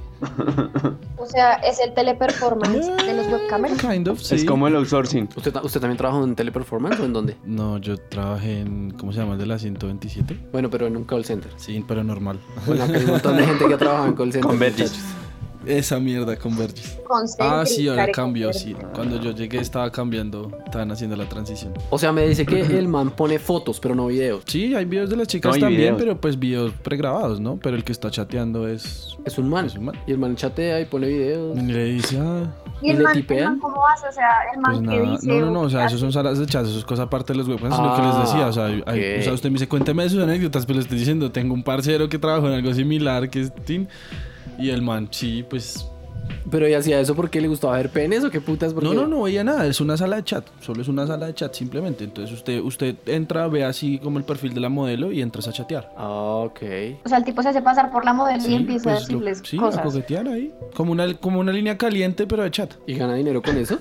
Speaker 6: O sea, es el teleperformance
Speaker 7: Ah.
Speaker 6: de los webcamers.
Speaker 7: Kind of, sí.
Speaker 3: Es como el outsourcing.
Speaker 2: ¿Usted, ta- ¿Usted también trabajó en teleperformance o en dónde?
Speaker 7: No, yo trabajé en, ¿cómo se llama? El de la 127.
Speaker 2: Bueno, pero en un call center.
Speaker 7: Sí, pero normal. [LAUGHS]
Speaker 2: Bueno, acá hay un montón de gente que ha trabajado en call center.
Speaker 3: Con Betis.
Speaker 2: muchachos.
Speaker 7: Esa mierda con Vergis. Ah, sí, ahora cambio, sí. Cuando yo llegué estaba cambiando, estaban haciendo la transición.
Speaker 2: O sea, me dice que el man pone fotos, pero no videos.
Speaker 7: Sí, hay videos de las
Speaker 3: No,
Speaker 7: chicas
Speaker 3: hay
Speaker 7: también,
Speaker 3: videos.
Speaker 7: pero pues videos pregrabados, ¿no? Pero el que está chateando es...
Speaker 2: Es un man.
Speaker 7: Es un man.
Speaker 2: Y el man chatea y pone videos.
Speaker 7: Y le dice, ah,
Speaker 2: ¿Y
Speaker 6: ¿Y
Speaker 2: el
Speaker 6: el
Speaker 2: le man-
Speaker 6: man,
Speaker 2: el tipean? man
Speaker 6: cómo hace? O sea, el man
Speaker 7: Pues
Speaker 6: que
Speaker 7: nada,
Speaker 6: dice.
Speaker 7: no, no, no, o sea, esos son salas de chat, eso es cosa aparte de los webcams, es lo que
Speaker 2: Ah,
Speaker 7: les decía, o sea, hay- hay-
Speaker 2: ok.
Speaker 7: o sea, usted me dice, cuéntame de sus anécdotas, pero le estoy diciendo, tengo un parcero que trabajó en algo similar, que es Tim, y el man, sí, pues,
Speaker 2: Pero ¿y hacía eso porque le gustaba ver penes o qué putas? Porque-
Speaker 7: no, no, no veía nada, es una sala de chat, solo es una sala de chat simplemente, entonces usted, usted entra, ve así como el perfil de la modelo y entras a chatear.
Speaker 2: Ah, ok.
Speaker 6: O sea, el tipo se hace pasar por la modelo y empieza a
Speaker 7: pues, lo-
Speaker 6: decirles
Speaker 7: sí, a
Speaker 6: cosas.
Speaker 7: coquetear ahí, como una, como una línea caliente, pero de chat.
Speaker 2: ¿Y gana dinero con eso?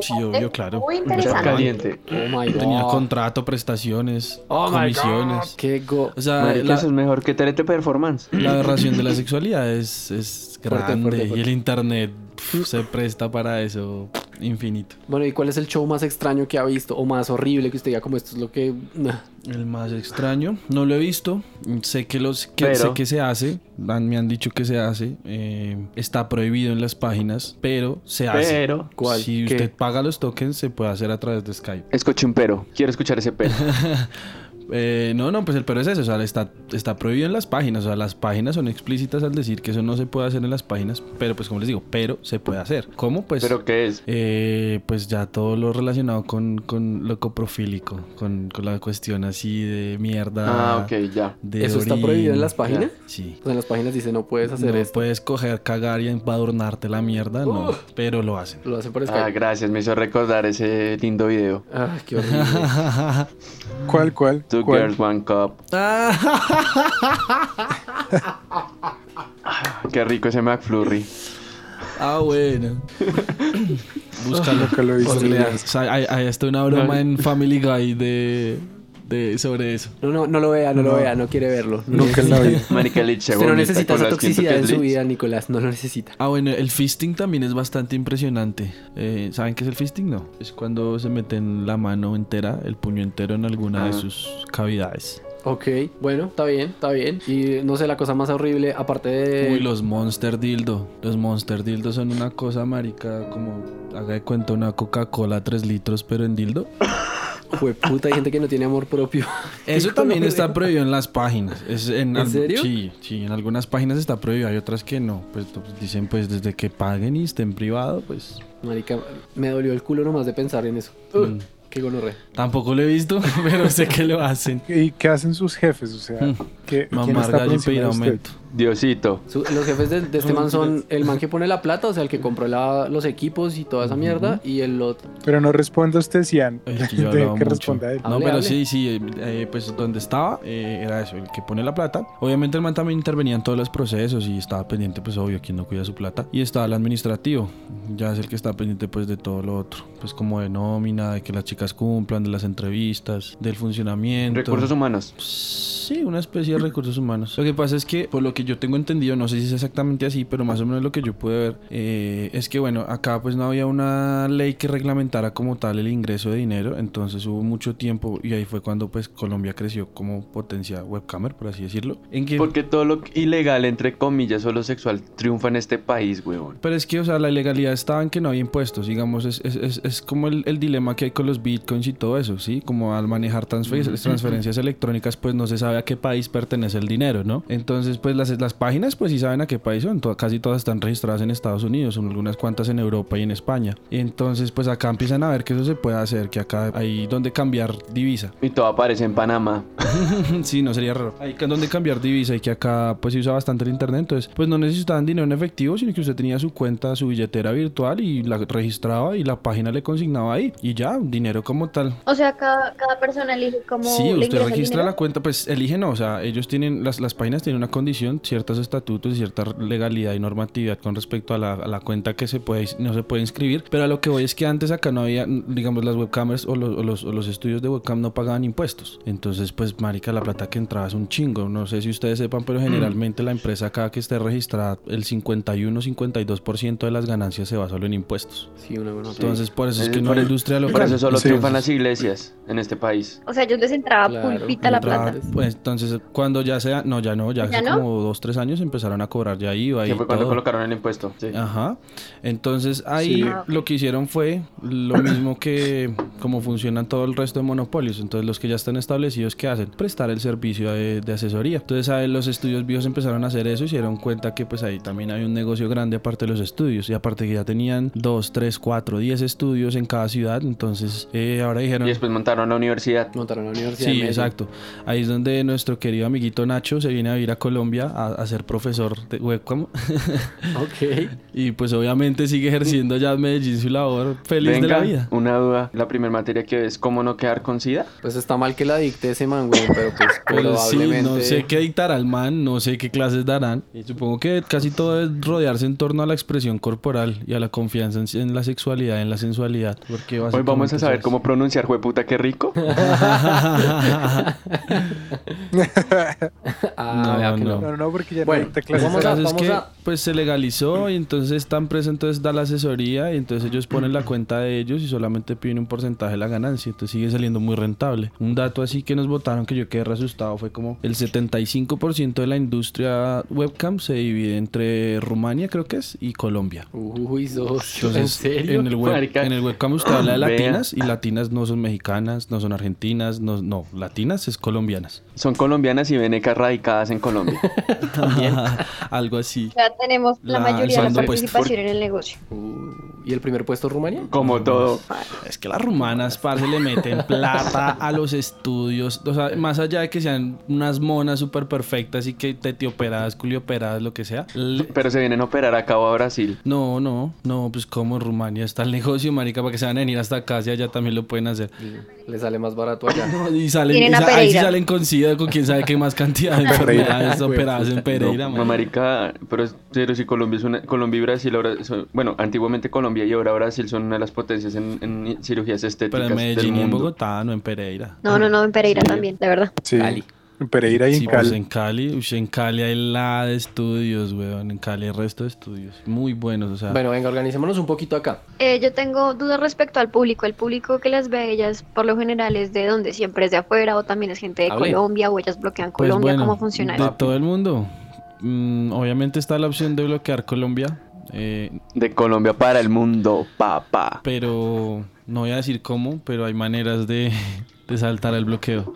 Speaker 7: Sí, obvio, claro.
Speaker 6: Muy
Speaker 3: Chat
Speaker 6: interesante.
Speaker 3: caliente.
Speaker 2: Oh my god.
Speaker 7: Tenía contrato, prestaciones,
Speaker 2: Oh my
Speaker 7: comisiones.
Speaker 2: god. Qué go.
Speaker 7: O sea,
Speaker 3: Marica,
Speaker 7: Ah, la-
Speaker 3: eso es mejor que Telete Performance.
Speaker 7: La aberración de la sexualidad es, es
Speaker 2: Fuerte,
Speaker 7: grande
Speaker 2: fuerte, fuerte.
Speaker 7: y el internet pf, se presta para eso. infinito.
Speaker 2: Bueno, ¿y cuál es el show más extraño que ha visto o más horrible que usted diga como esto es lo que... nah"?
Speaker 7: El más extraño, no lo he visto, sé que los que,
Speaker 3: Pero-
Speaker 7: sé que se hace, han- me han dicho que se hace, eh, está prohibido en las páginas, pero se hace.
Speaker 3: Pero.
Speaker 2: ¿Cuál?
Speaker 7: Si
Speaker 2: ¿Qué?
Speaker 7: usted paga los tokens, se puede hacer a través de Skype.
Speaker 3: Escuché un pero. Quiero escuchar ese pero.
Speaker 7: Eh, no, no, pues el pero es eso, o sea, está, está prohibido en las páginas, o sea, las páginas son explícitas al decir que eso no se puede hacer en las páginas, pero pues como les digo, pero se puede hacer. ¿Cómo? Pues...
Speaker 3: ¿Pero qué es?
Speaker 7: Eh, pues ya todo lo relacionado con, con lo coprofílico, con, con la cuestión así de mierda.
Speaker 3: Ah, ok, ya.
Speaker 7: de
Speaker 2: ¿Eso está
Speaker 7: orín.
Speaker 2: prohibido en las páginas?
Speaker 7: Sí.
Speaker 2: O sea, Pues en las páginas dice no puedes hacer
Speaker 7: No
Speaker 2: esto. Uh.
Speaker 7: puedes coger, cagar y embadurnarte la mierda, no,
Speaker 2: Uf.
Speaker 7: pero
Speaker 2: [LAUGHS]
Speaker 7: lo hacen. [LAUGHS]
Speaker 2: Lo hacen por
Speaker 3: Ah,
Speaker 2: Skype.
Speaker 3: gracias, me hizo recordar ese lindo video.
Speaker 2: Ah, qué horrible.
Speaker 4: ¿Cuál, cuál?
Speaker 3: Two
Speaker 4: cuál?
Speaker 3: Girls One Cup.
Speaker 7: Ah,
Speaker 3: Qué rico ese McFlurry.
Speaker 7: ah, bueno. Búscalo.
Speaker 4: Nunca lo he visto.
Speaker 7: Googlea. O sea, hay, hay hasta una broma en Family Guy de, de sobre eso.
Speaker 2: No, no, no lo vea, no, lo
Speaker 4: No.
Speaker 2: vea, no quiere
Speaker 7: [LAUGHS]
Speaker 2: verlo. No
Speaker 4: Nunca en
Speaker 2: necesita-
Speaker 4: la
Speaker 3: [LAUGHS]
Speaker 4: vi.
Speaker 3: Marica Lich se
Speaker 2: Usted no
Speaker 3: vomita
Speaker 2: necesita
Speaker 3: con
Speaker 2: esa
Speaker 3: las 100
Speaker 2: toxicidad en su
Speaker 3: Lich.
Speaker 2: vida, Nicolás, no lo necesita.
Speaker 7: Ah, bueno, el fisting también es bastante impresionante. Eh, ¿Saben qué es el fisting? No. Es cuando se meten la mano entera, el puño entero en alguna de
Speaker 3: Ah.
Speaker 7: sus cavidades.
Speaker 2: Ok, bueno, está bien, está bien. Y no sé, la cosa más horrible, aparte
Speaker 4: Eh.
Speaker 2: de...
Speaker 7: Uy, los Monster Dildo. Los Monster Dildo son una cosa marica, como haga de cuenta una Coca-Cola 3 litros, pero en dildo.
Speaker 2: Fue puta, hay gente que no tiene amor propio.
Speaker 7: [LAUGHS] Eso
Speaker 2: Qué
Speaker 7: también
Speaker 2: horrible.
Speaker 7: está prohibido en las páginas. Es en,
Speaker 2: ¿En
Speaker 7: al-
Speaker 2: serio?
Speaker 7: Sí, sí, en algunas páginas está prohibido, hay otras que no. Pues t- dicen, pues desde que paguen y estén privado, pues
Speaker 2: Marica, me dolió el culo nomás de pensar en eso. Uh,
Speaker 7: Mm.
Speaker 2: Qué gonorre.
Speaker 7: tampoco lo he visto, [LAUGHS] pero sé que lo hacen.
Speaker 4: ¿Y qué hacen sus jefes? O sea,
Speaker 7: Hmm.
Speaker 4: ¿qué, ¿quién
Speaker 7: Mamar
Speaker 4: está por
Speaker 7: gallo y
Speaker 4: encima
Speaker 7: pedir
Speaker 4: de usted?
Speaker 7: aumento.
Speaker 3: Diosito.
Speaker 2: Su- los jefes de, de este man son el man que pone la plata, o sea, el que compró la- los equipos y toda esa mierda, y el otro.
Speaker 4: Pero no responde usted, Cian.
Speaker 7: Es que yo
Speaker 4: [LAUGHS] Deje
Speaker 7: hablaba
Speaker 4: que
Speaker 7: mucho.
Speaker 4: responda él.
Speaker 2: Ah.
Speaker 7: No,
Speaker 2: Hable,
Speaker 7: pero
Speaker 2: hable.
Speaker 7: sí, sí, eh, eh, pues donde estaba eh, era eso, el que pone la plata. Obviamente el man también intervenía en todos los procesos y estaba pendiente, pues obvio, quien no cuida su plata. Y estaba el administrativo, ya es el que está pendiente pues de todo lo otro, pues como de nómina, de que las chicas cumplan, de las entrevistas, del funcionamiento.
Speaker 3: Recursos humanos.
Speaker 7: Sí, una especie de recursos humanos. Lo que pasa es que, por lo que yo tengo entendido, no sé si es exactamente así, pero más o menos lo que yo pude ver, eh, es que, bueno, acá pues no había una ley que reglamentara como tal el ingreso de dinero, entonces hubo mucho tiempo y ahí fue cuando pues Colombia creció como potencia webcamer, por así decirlo. En que...
Speaker 3: Porque todo lo ilegal, entre comillas, o lo sexual, triunfa en este país, huevón.
Speaker 7: Pero es que, o sea, la ilegalidad estaba en que no había impuestos, digamos, es, es- es- es como el, el dilema que hay con los bitcoins y todo eso, ¿sí? Como al manejar transfer- transferencias electrónicas, pues no se sabe a qué país pertenece el dinero, ¿no? Entonces, pues las, las páginas, pues sí saben a qué país son, to- casi todas están registradas en Estados Unidos, algunas cuantas en Europa y en España. Entonces, pues acá empiezan a ver que eso se puede hacer, que acá hay donde cambiar divisa.
Speaker 3: Y todo aparece en Panamá.
Speaker 7: [LAUGHS] Sí, no sería raro. Ahí que es donde cambiar divisa y que acá pues se usa bastante el internet. Entonces, pues no necesitaban dinero en efectivo, sino que usted tenía su cuenta, su billetera virtual y la registraba y la página le consignaba ahí. Y ya, dinero como tal.
Speaker 6: O sea, cada, cada persona elige cómo
Speaker 7: Sí,
Speaker 6: le
Speaker 7: usted
Speaker 6: ingresa el
Speaker 7: registra
Speaker 6: dinero.
Speaker 7: la cuenta, pues eligen, no, o sea, ellos tienen, las, las páginas tienen una condición, ciertos estatutos y cierta legalidad y normatividad con respecto a la, a la cuenta que se puede, no se puede inscribir, pero a lo que voy es que antes acá no había, digamos, las webcamers o los, o los, o los estudios de webcam no pagaban impuestos, entonces pues marica, la plata que entraba es un chingo, no sé si ustedes sepan, pero generalmente la empresa acá que esté registrada, el 51-52% de las ganancias se va solo en impuestos,
Speaker 2: Sí, una buena nota.
Speaker 7: entonces por eso es
Speaker 3: Eh,
Speaker 7: que no
Speaker 3: por
Speaker 7: hay
Speaker 3: eso-
Speaker 7: industria local.
Speaker 3: Por eso solo
Speaker 4: Sí.
Speaker 3: triunfan las iglesias en este país.
Speaker 6: O sea, yo les entraba
Speaker 2: Claro,
Speaker 6: pulpita la
Speaker 7: Entraba,
Speaker 6: plata.
Speaker 2: plata.
Speaker 7: pues, entonces, cuando ya sea, no, ya no, ya,
Speaker 6: ¿Ya
Speaker 7: hace
Speaker 6: no?
Speaker 7: como dos, tres años empezaron a cobrar ya IVA y
Speaker 3: Que fue cuando
Speaker 7: todo. Ah,
Speaker 3: colocaron el impuesto. Sí.
Speaker 7: Ajá. Entonces ahí
Speaker 4: Sí.
Speaker 6: Ah, ok.
Speaker 7: lo que hicieron fue lo mismo que como funcionan todo el resto de monopolios. Entonces los que ya están establecidos, ¿qué hacen? Prestar el servicio de, de asesoría. Entonces ahí los estudios viejos empezaron a hacer eso y se dieron cuenta que pues ahí también hay un negocio grande aparte de los estudios. Y aparte que ya tenían dos, tres, cuatro, diez estudios en cada ciudad. Entonces eh, ahora dijeron...
Speaker 3: Y después montaron la universidad.
Speaker 2: Montaron la universidad.
Speaker 7: Sí,
Speaker 2: de Medellín.
Speaker 7: exacto. Ahí es donde nuestro querido amiguito Nacho se viene a vivir a Colombia a, a ser profesor de webcam.
Speaker 2: Ok.
Speaker 7: [LAUGHS] y pues obviamente sigue ejerciendo ya en Medellín su labor feliz de
Speaker 3: Venga,
Speaker 7: la vida.
Speaker 3: una duda. La primera materia que es cómo no quedar con SIDA.
Speaker 2: Pues está mal que la dicte ese man, güey, pero
Speaker 7: [LAUGHS]
Speaker 2: pues
Speaker 7: Pero sí,
Speaker 2: probablemente...
Speaker 7: no sé
Speaker 2: [LAUGHS]
Speaker 7: qué dictará el man, no sé qué clases darán. Y supongo que casi todo es rodearse en torno a la expresión corporal y a la confianza en, en la sexualidad, en la sensualidad. Porque
Speaker 3: Hoy vamos
Speaker 7: básicamente
Speaker 3: a saber
Speaker 7: es-
Speaker 3: cómo pronunciar jueputa qué
Speaker 7: [LAUGHS]
Speaker 3: rico.
Speaker 7: no, [LAUGHS]
Speaker 2: Ah, vea que no. Ah,
Speaker 4: No, no, no, no, porque ya
Speaker 2: Bueno,
Speaker 4: no dicta
Speaker 2: Pues
Speaker 4: clases.
Speaker 2: vamos
Speaker 7: Vamos
Speaker 2: a-
Speaker 7: a,
Speaker 4: ahí.
Speaker 2: vamos
Speaker 7: que,
Speaker 2: a-
Speaker 7: pues se legalizó y entonces esta empresa entonces da la asesoría y entonces ellos ponen la cuenta de ellos y solamente piden un porcentaje de la ganancia, entonces sigue saliendo muy rentable. Un dato así que nos votaron que yo quedé re asustado fue como el 75% de la industria webcam se divide entre Rumania creo que es y Colombia.
Speaker 2: Uy, socio, ¿en
Speaker 7: Entonces,
Speaker 2: serio?
Speaker 7: el web-
Speaker 3: Marica.
Speaker 7: en el webcam usted habla de
Speaker 3: Vea.
Speaker 7: latinas y latinas no son mexicanas, no son argentinas, no, no latinas es colombianas. [LAUGHS]
Speaker 3: Son colombianas y venecas radicadas en Colombia.
Speaker 2: [LAUGHS]
Speaker 7: Algo así.
Speaker 6: Ya tenemos la,
Speaker 7: La-
Speaker 6: mayoría de la
Speaker 7: alzando, pues,
Speaker 6: participación en el negocio.
Speaker 2: Uh, ¿Y el primer puesto Rumania?
Speaker 3: Como todo.
Speaker 7: Es que las rumanas, parce, le meten plata a los estudios. O sea, más allá de que sean unas monas súper perfectas y que tetioperadas, culioperadas, lo que sea. le-
Speaker 3: Pero se vienen a operar acá o a Brasil.
Speaker 7: No, no, no, pues como en Rumania está el negocio, marica, para que se van a venir hasta acá, si allá también lo pueden hacer.
Speaker 2: Le sale más barato allá.
Speaker 7: [LAUGHS] Y salen,
Speaker 6: Tienen a
Speaker 7: y sa- ahí sí
Speaker 6: Pereira.
Speaker 7: salen con SIDA, con quién sabe qué
Speaker 3: [LAUGHS]
Speaker 7: más cantidad de enfermedades operadas en Pereira,
Speaker 3: No,
Speaker 7: man.
Speaker 3: marica, pero, pero si Colombia es una, Colombia y Brasil ahora son- bueno, antiguamente Colombia y ahora Brasil son una de las potencias en, en cirugías estéticas
Speaker 7: Pero en
Speaker 3: del
Speaker 7: Medellín y en
Speaker 3: mundo.
Speaker 7: Bogotá, no en Pereira.
Speaker 6: No, no, no, en Pereira también, de verdad.
Speaker 4: Sí.
Speaker 2: Cali.
Speaker 4: En Pereira y en
Speaker 7: Sí, pues en
Speaker 4: Cali.
Speaker 7: Cali, uy, en Cali hay la de estudios, weón. En Cali hay resto de estudios. Muy buenos, o sea.
Speaker 2: Bueno, venga, organizémonos un poquito acá.
Speaker 6: Eh, yo tengo dudas respecto al público. El público que las ve a ellas, por lo general, es de donde siempre es de afuera o también es gente de
Speaker 2: Hable.
Speaker 6: Colombia o ellas bloquean
Speaker 7: Pues
Speaker 6: Colombia.
Speaker 7: bueno,
Speaker 6: ¿Cómo funciona
Speaker 7: De
Speaker 6: eso?
Speaker 7: todo el mundo. Mm, obviamente está la opción de bloquear Colombia, eh,
Speaker 3: De Colombia para el mundo, papá.
Speaker 7: pero no voy a decir cómo, pero hay maneras de, de saltar el bloqueo.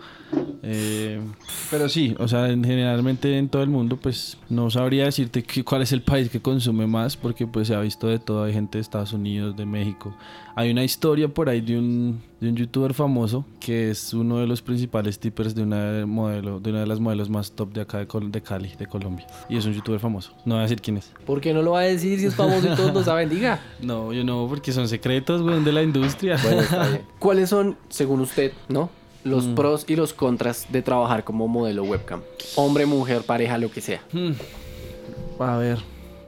Speaker 7: Eh, pero sí, o sea, en- generalmente en todo el mundo, pues no sabría decirte qué- cuál es el país que consume más, porque pues se ha visto de todo, hay gente de Estados Unidos, de México. Hay una historia por ahí de un, de un youtuber famoso que es uno de los principales tippers de una modelo, de una de las modelos más top de acá de, Col- de Cali, de Colombia. Y es un youtuber famoso. No voy a decir quién es.
Speaker 2: ¿Por qué no lo va a decir si es famoso y todos lo saben? Diga.
Speaker 7: [LAUGHS] No, yo no, porque son secretos, weón, de la industria.
Speaker 2: Bueno, está bien. ¿Cuáles son, según usted, no? Los
Speaker 7: Mm.
Speaker 2: pros y los contras de trabajar como modelo webcam. Hombre, mujer, pareja, lo que sea.
Speaker 7: Hmm. A ver,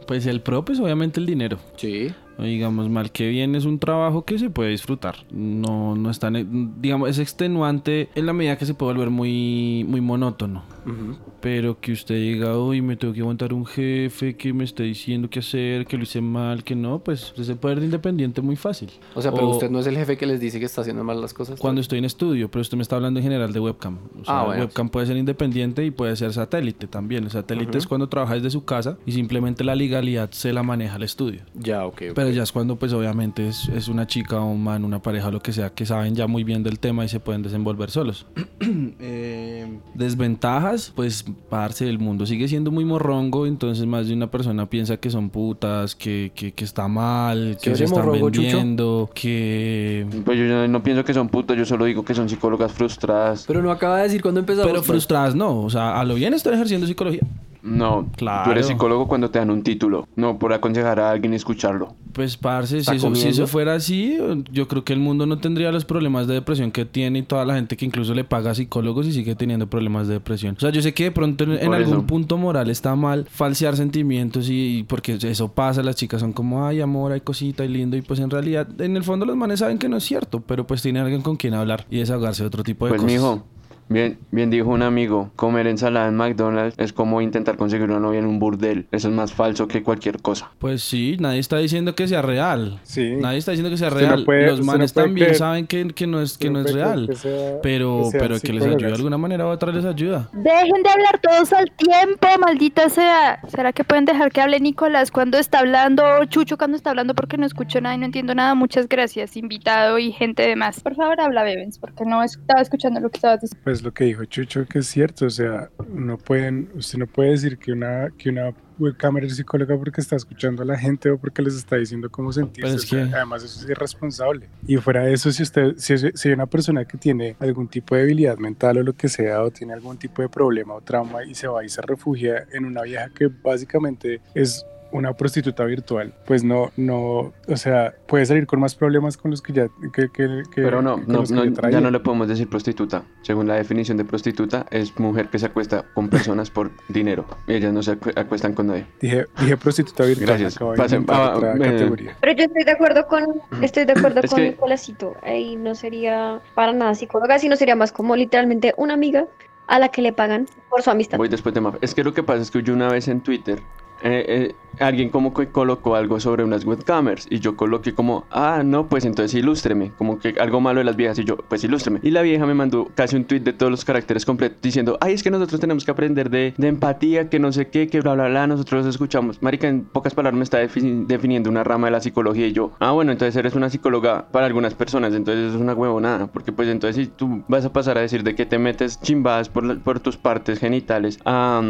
Speaker 7: pues el pro, pues obviamente el dinero.
Speaker 2: Sí.
Speaker 7: Digamos, mal que bien, es un trabajo que se puede disfrutar. No, no es tan, digamos, es extenuante en la medida que se puede volver muy, muy monótono.
Speaker 2: Ujú.
Speaker 7: Pero que usted diga, uy, me tengo que aguantar un jefe que me esté diciendo qué hacer, que lo hice mal, que no, pues usted se puede ir de independiente muy fácil.
Speaker 2: O sea, pero
Speaker 7: O-
Speaker 2: usted no es el jefe que les dice que está haciendo mal las cosas.
Speaker 7: Cuando estoy en estudio, pero usted me está hablando en general de webcam. O sea,
Speaker 2: Ah, bueno.
Speaker 7: webcam puede ser independiente y puede ser satélite también. El satélite es cuando trabaja desde su casa y simplemente la legalidad se la maneja el estudio.
Speaker 2: Ya, ok. ok.
Speaker 7: Pero ya es cuando, pues obviamente, es, es una chica, un man, una pareja, lo que sea, que saben ya muy bien del tema y se pueden
Speaker 2: [CLEARS THROAT]
Speaker 7: desenvolver solos. Eh, Desventajas, pues, parce, el mundo sigue siendo muy morrongo, entonces más de una persona piensa que son putas, que, que, que está mal, que
Speaker 2: oye
Speaker 7: se están
Speaker 2: morrongo, Chucho?
Speaker 7: vendiendo, que...
Speaker 3: Pues yo, yo no pienso que son putos, yo solo digo que son psicólogas frustradas.
Speaker 2: Pero no acaba de decir cuándo empezamos. pues.
Speaker 7: Pero frustradas no, o sea, a lo bien están ejerciendo psicología.
Speaker 3: No,
Speaker 7: Claro.
Speaker 3: tú eres psicólogo cuando te dan un título, no por aconsejar a alguien y escucharlo.
Speaker 7: Pues, parce,
Speaker 2: ¿Está
Speaker 7: si eso, si
Speaker 2: comiendo?
Speaker 7: eso fuera así, yo creo que el mundo no tendría los problemas de depresión que tiene y toda la gente que incluso le paga a psicólogos y sigue teniendo problemas de depresión. O sea, yo sé que de pronto en, en
Speaker 3: Por
Speaker 7: algún
Speaker 3: eso.
Speaker 7: punto moral está mal falsear sentimientos y, y porque eso pasa, las chicas son como, ay, amor, hay cosita y lindo y pues en realidad, en el fondo los manes saben que no es cierto, pero pues tienen alguien con quien hablar y desahogarse de otro tipo de
Speaker 3: Pues
Speaker 7: cosas.
Speaker 3: mijo, bien, bien dijo un amigo, comer ensalada en McDonald's es como intentar conseguir una novia en un burdel. Eso es más falso que cualquier cosa.
Speaker 7: Pues sí, nadie está diciendo que sea real.
Speaker 4: Sí.
Speaker 7: Nadie está diciendo que sea
Speaker 4: Usted no
Speaker 7: real.
Speaker 4: puede-
Speaker 7: Los
Speaker 4: usted no
Speaker 7: manes
Speaker 4: puede
Speaker 7: también
Speaker 4: creer.
Speaker 7: saben que, que no es, que no es
Speaker 4: Siempre
Speaker 7: real.
Speaker 4: que sea-
Speaker 7: Pero,
Speaker 4: sean
Speaker 7: pero que les ayude de
Speaker 4: psicólogas.
Speaker 7: alguna manera u otra les ayuda.
Speaker 5: Dejen de hablar todos al tiempo, maldita sea. ¿Será que pueden dejar que hable Nicolás cuando está hablando, o Chucho cuando está hablando? Porque no escucho nada y no entiendo nada. Muchas gracias, invitado y gente de más. Por favor, habla, Bebens, porque no estaba escuchando lo que estabas diciendo.
Speaker 4: Pues lo que dijo Chucho que es cierto, o sea, no pueden, usted no puede decir que una, que una webcámara es psicóloga porque está escuchando a la gente o porque les está diciendo cómo sentirse.
Speaker 7: Pero Pues es
Speaker 4: o sea,
Speaker 7: que-
Speaker 4: Además eso es irresponsable. Y fuera de eso, si usted, si, si hay una persona que tiene algún tipo de debilidad mental o lo que sea, o tiene algún tipo de problema o trauma y se va y se refugia en una vieja que básicamente es una prostituta virtual, pues no, no, o sea, puede salir con más problemas con los que ya, que, que- que-
Speaker 3: Pero no,
Speaker 4: con
Speaker 3: no,
Speaker 4: los que
Speaker 3: no,
Speaker 4: ya
Speaker 3: ya
Speaker 4: traía.
Speaker 3: no le podemos decir prostituta. Según la definición de prostituta, es mujer que se acuesta con personas por dinero. Ellas no se acu- acuestan con nadie.
Speaker 4: Dije, dije prostituta virtual.
Speaker 3: Gracias.
Speaker 4: acabo de
Speaker 3: Pasen-
Speaker 4: inventar
Speaker 3: ah,
Speaker 4: otra
Speaker 3: eh,
Speaker 4: categoría.
Speaker 6: Pero yo estoy de acuerdo con, estoy de acuerdo
Speaker 3: Mm. Es
Speaker 6: con
Speaker 3: que-
Speaker 6: Nicolásito. Ahí no sería para nada psicóloga, sino sería más como literalmente una amiga a la que le pagan por su amistad.
Speaker 3: Voy después de Maf. Es que lo que pasa es que yo una vez en Twitter, eh, eh, alguien como que colocó algo sobre unas webcamers y yo coloqué como, ah, no, pues entonces ilústreme, como que algo malo de las viejas y yo, pues ilústreme. Y la vieja me mandó casi un tweet de todos los caracteres completos diciendo, ay, es que nosotros tenemos que aprender de, de empatía, que no sé qué, que bla, bla, bla, nosotros los escuchamos. Marica, en pocas palabras me está defini- definiendo una rama de la psicología y yo, ah, bueno, entonces eres una psicóloga para algunas personas, entonces es una huevonada, porque pues entonces si tú vas a pasar a decir de que te metes chimbadas por, la- por tus partes genitales a,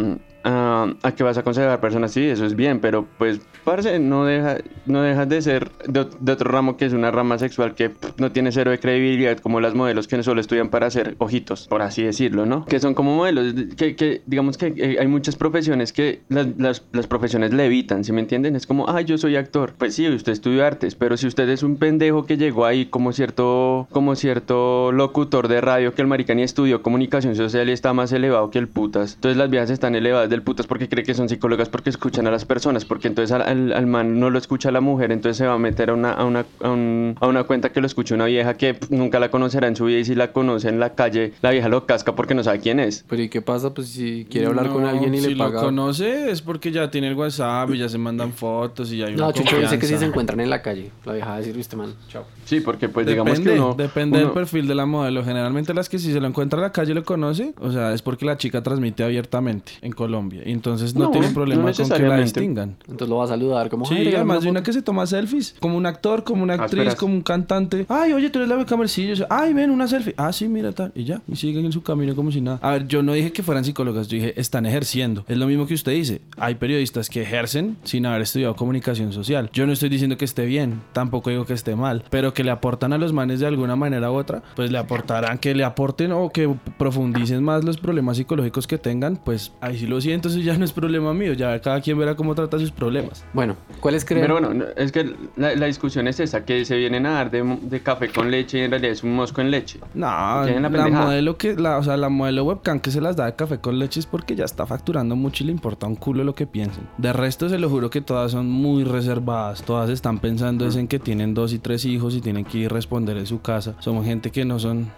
Speaker 3: a, a que vas a aconsejar personas, sí, eso es bien, pero pues, parce, no, deja, no dejas de ser de, ot- de otro ramo que es una rama sexual que pff, no tiene cero de credibilidad, como las modelos que solo estudian para hacer ojitos, por así decirlo, ¿no? Que son como modelos, que, que digamos que eh, hay muchas profesiones que las, las, las profesiones levitan, ¿sí me entienden? Es como, ah, yo soy actor, pues sí, usted estudió artes, pero si usted es un pendejo que llegó ahí como cierto, como cierto locutor de radio que el maricani estudió comunicación social y está más elevado que el putas, entonces las viejas están elevadas del putas porque cree que son psicólogas porque escuchan a las personas, porque entonces al, al- al man no lo escucha la mujer, entonces se va a meter a una, a una, a un- a una cuenta que lo escucha una vieja que pff, nunca la conocerá en su vida y si la conoce en la calle, la vieja lo casca porque no sabe quién es.
Speaker 2: Pero ¿y qué pasa? Pues si quiere hablar con
Speaker 7: No,
Speaker 2: alguien y
Speaker 7: si
Speaker 2: le paga.
Speaker 7: lo conoce es porque ya tiene el WhatsApp y ya se mandan fotos y ya hay una
Speaker 2: No, Chucho dice que si
Speaker 7: confianza.
Speaker 2: se encuentran en la calle, la vieja va a decir, viste, man, chao.
Speaker 3: Sí, porque pues
Speaker 7: depende,
Speaker 3: digamos que uno...
Speaker 7: depende del
Speaker 3: uno-
Speaker 7: perfil de la modelo. Generalmente las que si se lo encuentra en la calle y lo conoce, o sea, es porque la chica transmite abiertamente en Colombia. Entonces no,
Speaker 3: No,
Speaker 7: tienen
Speaker 3: no
Speaker 7: problema con que la
Speaker 3: necesariamente.
Speaker 7: distingan.
Speaker 2: Entonces lo va a saludar como,
Speaker 7: Sí,
Speaker 2: "Ay, regálame
Speaker 7: además
Speaker 2: una
Speaker 7: de una
Speaker 2: foto".
Speaker 7: que se toma selfies, como un actor, como una
Speaker 3: Ah,
Speaker 7: actriz,
Speaker 3: esperas.
Speaker 7: como un cantante. Ay, oye, tú eres la webcamer, sí, yo sé. Ay, ven, una selfie. Ah, sí, mira, tal. Y ya, y siguen en su camino como si nada. A ver, yo no dije que fueran psicólogas, yo dije, están ejerciendo. Es lo mismo que usted dice. Hay periodistas que ejercen sin haber estudiado comunicación social. Yo no estoy diciendo que esté bien, tampoco digo que esté mal, pero que le aportan a los manes de alguna manera u otra, pues le aportarán, que le aporten o que profundicen más los problemas psicológicos que tengan, pues ahí sí lo siento, eso ya no es problema mío, ya cada quien verá cómo trata sus problemas.
Speaker 2: Bueno, ¿cuáles creen?
Speaker 3: Pero bueno, no, es que la, la discusión es esa, que se vienen a dar de, mo- de café con leche y en realidad es un mosco en leche.
Speaker 7: No,
Speaker 3: Que hay en la
Speaker 7: la,
Speaker 3: pendejada.
Speaker 7: modelo que, la, o sea, la modelo webcam que se las da de café con leche es porque ya está facturando mucho y le importa un culo lo que piensen. De resto, se lo juro que todas son muy reservadas. Todas están pensando
Speaker 3: Mm.
Speaker 7: es en que tienen dos y tres hijos y tienen que ir a responder en su casa. Somos gente que no son.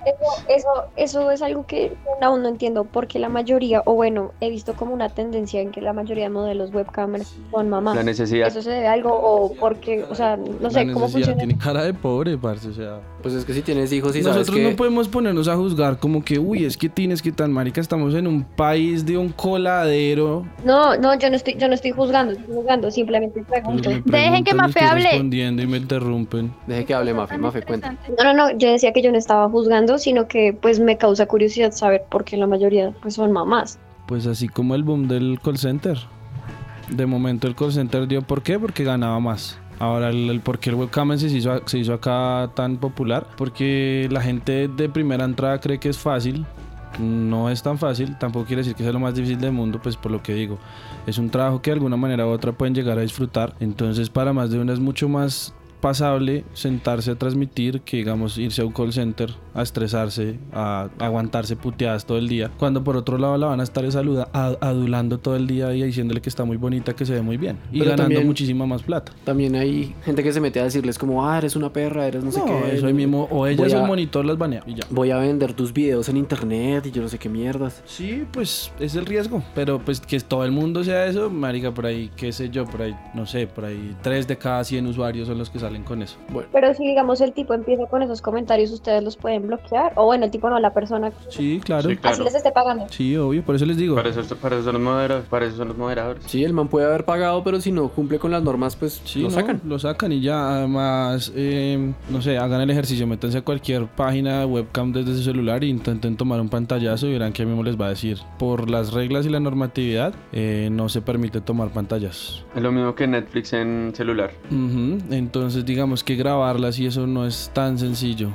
Speaker 6: Eso, eso es algo que aún no entiendo, porque la mayoría, o bueno, he visto como una tendencia en que la mayoría de modelos webcamers son mamás.
Speaker 3: La necesidad.
Speaker 6: ¿Eso se debe a algo o porque, o sea, no sé
Speaker 7: La
Speaker 6: cómo
Speaker 7: necesidad,
Speaker 6: funciona?
Speaker 7: Tienen cara de pobre, parce. O sea,
Speaker 2: Pues es que si tienes hijos y sabes
Speaker 7: nosotros
Speaker 2: que...
Speaker 7: no podemos ponernos a juzgar como que, uy, es que tienes que tan marica. Estamos en un país de un coladero.
Speaker 6: No, no, yo no estoy, yo no estoy juzgando, estoy juzgando, simplemente pregunto.
Speaker 7: Pues me
Speaker 5: Dejen que
Speaker 7: preguntan,
Speaker 5: Mafe
Speaker 7: estoy
Speaker 5: hable.
Speaker 7: respondiendo y me interrumpen.
Speaker 2: Deje que hable Mafe, Mafe, cuenta.
Speaker 6: No, no, no, yo decía que yo no estaba juzgando, sino que pues me causa curiosidad saber por qué la mayoría pues son mamás.
Speaker 7: Pues así como el boom del call center. De momento el call center dio por qué, porque ganaba más. Ahora, el, el por qué el webcam se hizo, se hizo acá tan popular, porque la gente de primera entrada cree que es fácil. No es tan fácil, tampoco quiere decir que sea lo más difícil del mundo, pues por lo que digo. Es un trabajo que de alguna manera u otra pueden llegar a disfrutar. Entonces, para más de una es mucho más pasable sentarse a transmitir que digamos irse a un call center a estresarse, a aguantarse puteadas todo el día, cuando por otro lado la van a estar saluda, a- adulando todo el día y diciéndole que está muy bonita, que se ve muy bien y
Speaker 2: Pero
Speaker 7: ganando
Speaker 2: también-
Speaker 7: muchísima más plata.
Speaker 2: También hay gente que se mete a decirles como, ah, eres una perra, eres no sé
Speaker 7: No,
Speaker 2: qué.
Speaker 7: eso ahí mismo o ellas
Speaker 2: Voy
Speaker 7: o
Speaker 2: a-
Speaker 7: el monitor las banea y ya.
Speaker 2: Voy a vender tus videos en internet y yo no sé qué mierdas.
Speaker 7: Sí, pues es el riesgo, pero pues que todo el mundo sea eso, marica, por ahí, qué sé yo, por ahí, no sé, por ahí 3 de cada 100 usuarios son los que salen con eso.
Speaker 2: Bueno,
Speaker 6: Pero si digamos el tipo empieza con esos comentarios, ustedes los pueden bloquear. O bueno, el tipo no, la persona.
Speaker 7: Sí, claro.
Speaker 3: Sí,
Speaker 7: Sí,
Speaker 6: Así
Speaker 3: claro.
Speaker 6: les esté pagando.
Speaker 7: obvio, por eso les digo.
Speaker 3: Para eso, para, eso son los moderadores, para eso son los moderadores.
Speaker 2: sí, el man puede haber pagado, pero si no cumple con las normas, pues
Speaker 7: Sí,
Speaker 2: lo
Speaker 7: no,
Speaker 2: sacan.
Speaker 7: Lo sacan y ya, además, eh, no sé, hagan el ejercicio, métanse a cualquier página de webcam desde su celular e intenten tomar un pantallazo y verán que ahí mismo les va a decir. Por las reglas y la normatividad, eh, no se permite tomar pantallas.
Speaker 3: Es lo mismo que Netflix en celular.
Speaker 7: Ujú, Entonces, digamos que grabarlas y eso no es tan sencillo.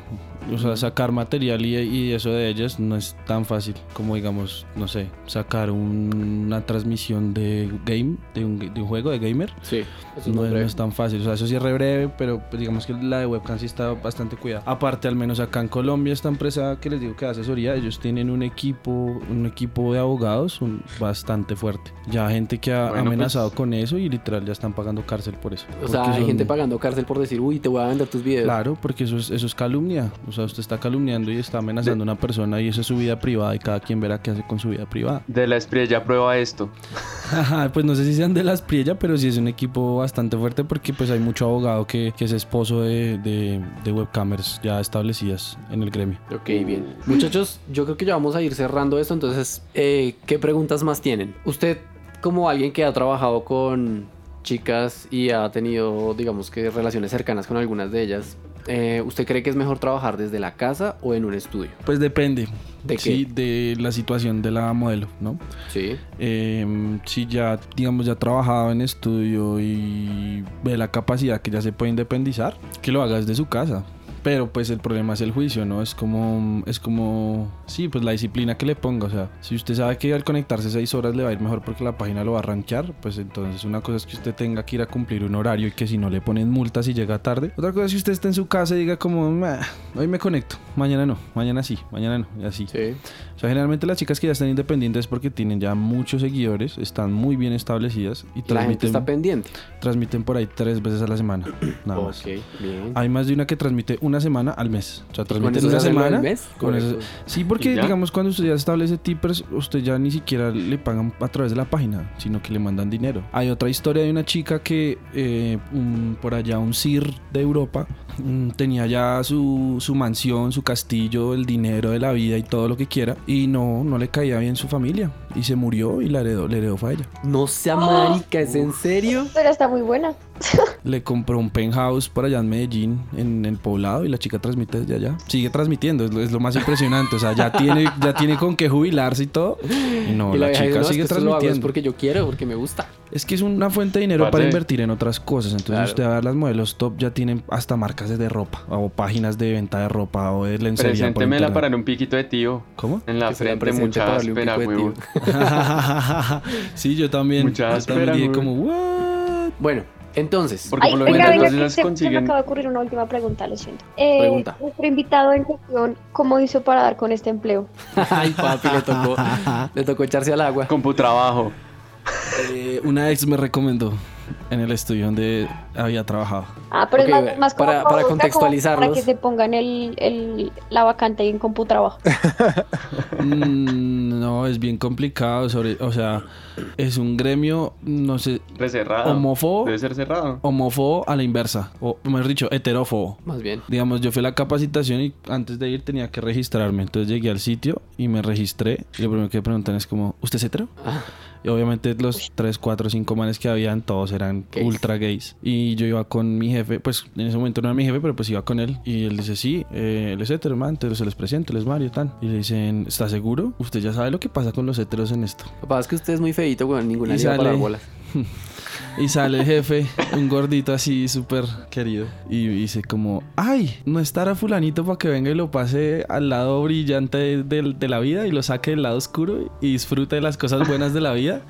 Speaker 7: O sea, sacar material y, y eso de ellas no es tan fácil como, digamos, no sé, sacar un- una transmisión de game, de un, de un juego de gamer.
Speaker 2: Sí, eso es
Speaker 7: No,
Speaker 2: muy
Speaker 7: es- no
Speaker 2: breve.
Speaker 7: es tan fácil, o sea, eso sí es re breve, pero pues, digamos que la de webcam sí está bastante cuidada. Aparte, al menos acá en Colombia, esta empresa que les digo que da asesoría, ellos tienen un equipo, un equipo de abogados un- bastante fuerte. Ya gente que ha
Speaker 3: Bueno,
Speaker 7: amenazado
Speaker 3: pues.
Speaker 7: con eso y literal ya están pagando cárcel por eso.
Speaker 2: O sea,
Speaker 7: Porque
Speaker 2: hay
Speaker 7: son-
Speaker 2: gente pagando cárcel por decir, uy, te voy a vender tus videos.
Speaker 7: Claro, porque eso es, eso es calumnia. O sea, usted está calumniando y está amenazando a una persona y eso es su vida privada y cada quien verá qué hace con su vida privada.
Speaker 3: De la Espriella prueba esto.
Speaker 7: [LAUGHS] Ajá, pues no sé si sean de las Priella, pero sí es un equipo bastante fuerte porque pues hay mucho abogado que, que es esposo de, de, de webcamers ya establecidas en el gremio.
Speaker 2: Ok, bien. Muchachos, yo creo que ya vamos a ir cerrando esto, entonces, eh, ¿qué preguntas más tienen? Usted, como alguien que ha trabajado con chicas y ha tenido, digamos que, relaciones cercanas con algunas de ellas, eh, ¿usted cree que es mejor trabajar desde la casa o en un estudio?
Speaker 7: Pues depende.
Speaker 2: ¿De qué?
Speaker 7: Sí, de la situación de la modelo, ¿no?
Speaker 2: Sí.
Speaker 7: Eh, si ya, digamos, ya ha trabajado en estudio y ve la capacidad que ya se puede independizar, que lo hagas de su casa. Pero pues el problema es el juicio, ¿no? Es como, es como, sí, pues la disciplina que le ponga. O sea, si usted sabe que al conectarse seis horas le va a ir mejor porque la página lo va a rankear, pues entonces una cosa es que usted tenga que ir a cumplir un horario y que si no le ponen multas y llega tarde. Otra cosa es que usted esté en su casa y diga como, "Meh, hoy me conecto, mañana no, mañana sí, mañana no, y así.
Speaker 2: Sí.
Speaker 7: O sea, generalmente las chicas que ya están independientes es porque tienen ya muchos seguidores, están muy bien establecidas y
Speaker 2: Y la gente
Speaker 7: transmiten,
Speaker 2: está pendiente.
Speaker 7: transmiten por ahí tres veces a la semana. Nada más. Ah.
Speaker 2: Ok, bien.
Speaker 7: Hay más de una que transmite una semana al mes. O sea, transmite
Speaker 2: eso
Speaker 7: una
Speaker 2: se hace lo del
Speaker 7: semana.
Speaker 2: mes?
Speaker 7: con eso-
Speaker 2: Correcto.
Speaker 7: Sí, porque
Speaker 3: ¿Y ya?
Speaker 7: digamos cuando usted ya establece tippers, usted ya ni siquiera le pagan a través de la página, sino que le mandan dinero. Hay otra historia de una chica que eh, un- por allá un CIR de Europa mm, tenía ya su, su mansión, su castillo, el dinero de la vida y todo lo que quiera y no, no le caía bien su familia y se murió y la heredó, le heredó fue a ella.
Speaker 2: No sea marica, ¿es en serio?
Speaker 6: Pero está muy buena.
Speaker 7: Le compró un penthouse por allá en Medellín, en el poblado, y la chica transmite desde allá. Sigue transmitiendo, es lo, es lo más impresionante. O sea, ya tiene, ya tiene con qué jubilarse y todo. Y no,
Speaker 2: y
Speaker 7: la,
Speaker 2: vieja dice,
Speaker 7: chica
Speaker 2: "No, es
Speaker 7: sigue
Speaker 2: que esto lo hago es
Speaker 7: transmitiendo.
Speaker 2: porque yo quiero, porque me gusta.
Speaker 7: Es que es una fuente de dinero para
Speaker 3: Parce.
Speaker 7: invertir en otras cosas. Entonces,
Speaker 2: Claro.
Speaker 7: usted va a ver las modelos top, ya tienen hasta marcas de ropa, o páginas de venta de ropa, o de lencería. por
Speaker 3: Preséntemela
Speaker 7: internet.
Speaker 3: para un piquito de tío.
Speaker 2: [LAUGHS]
Speaker 7: ¿Cómo?
Speaker 3: En la
Speaker 2: Que se la
Speaker 3: frente,
Speaker 2: presente para
Speaker 3: mucha
Speaker 2: darle un
Speaker 3: áspera,
Speaker 2: pico de tío.
Speaker 3: huevón.
Speaker 7: sí, yo también.
Speaker 3: Mucha
Speaker 7: yo también
Speaker 3: áspera,
Speaker 7: dije
Speaker 3: güey.
Speaker 7: como, "What?".
Speaker 2: Bueno, entonces,
Speaker 3: Porque
Speaker 6: Ay,
Speaker 3: por lo
Speaker 6: venga,
Speaker 3: general
Speaker 6: venga,
Speaker 3: las
Speaker 6: que
Speaker 3: las
Speaker 6: se- se
Speaker 3: consiguen.
Speaker 6: me acaba de ocurrir una última pregunta, lo siento. Eh,
Speaker 2: Pregunta.
Speaker 6: Nuestro invitado en cuestión, ¿cómo hizo para dar con este empleo?
Speaker 2: [LAUGHS] ay papi, le
Speaker 7: [LAUGHS]
Speaker 2: tocó, le tocó echarse al agua.
Speaker 3: Computrabajo.
Speaker 7: Eh, una ex me recomendó en el estudio donde había trabajado.
Speaker 6: Ah, pero
Speaker 2: Ok,
Speaker 6: es más, más como
Speaker 2: para- para
Speaker 6: provoca, como
Speaker 2: contextualizarlos.
Speaker 6: Para que se pongan el, el, la vacante en computrabajo.
Speaker 7: Mm, no, es bien complicado. Sobre, o sea, es un gremio, no sé,
Speaker 3: Recerrado.
Speaker 7: homófobo,
Speaker 3: Debe ser cerrado.
Speaker 7: homófobo a la inversa. O mejor dicho, heterófobo.
Speaker 2: Más bien.
Speaker 7: Digamos, yo fui a la capacitación y antes de ir tenía que registrarme. Entonces llegué al sitio y me registré. Y lo primero que preguntan es como, ¿usted es hetero?
Speaker 2: Ah.
Speaker 7: Y obviamente los 3, 4, 5 manes que habían, todos eran
Speaker 2: Gays.
Speaker 7: ultra gays. Y yo iba con mi jefe, pues en ese momento no era mi jefe, pero pues iba con él. Y él dice, sí, eh, él es hetero, man, entonces se los presento, él es Mario, tan. Y le dicen, ¿está seguro? Usted ya sabe lo que pasa con los heteros en esto.
Speaker 2: Lo que pasa es que usted es muy feito, weón. Ninguna
Speaker 7: Y
Speaker 2: le va para
Speaker 7: sale.
Speaker 2: las bolas.
Speaker 7: Y sale el jefe, un gordito así súper querido. Y dice como, ay, no estará fulanito para que venga y lo pase al lado brillante de, de- de la vida y lo saque del lado oscuro y disfrute de las cosas buenas de la vida.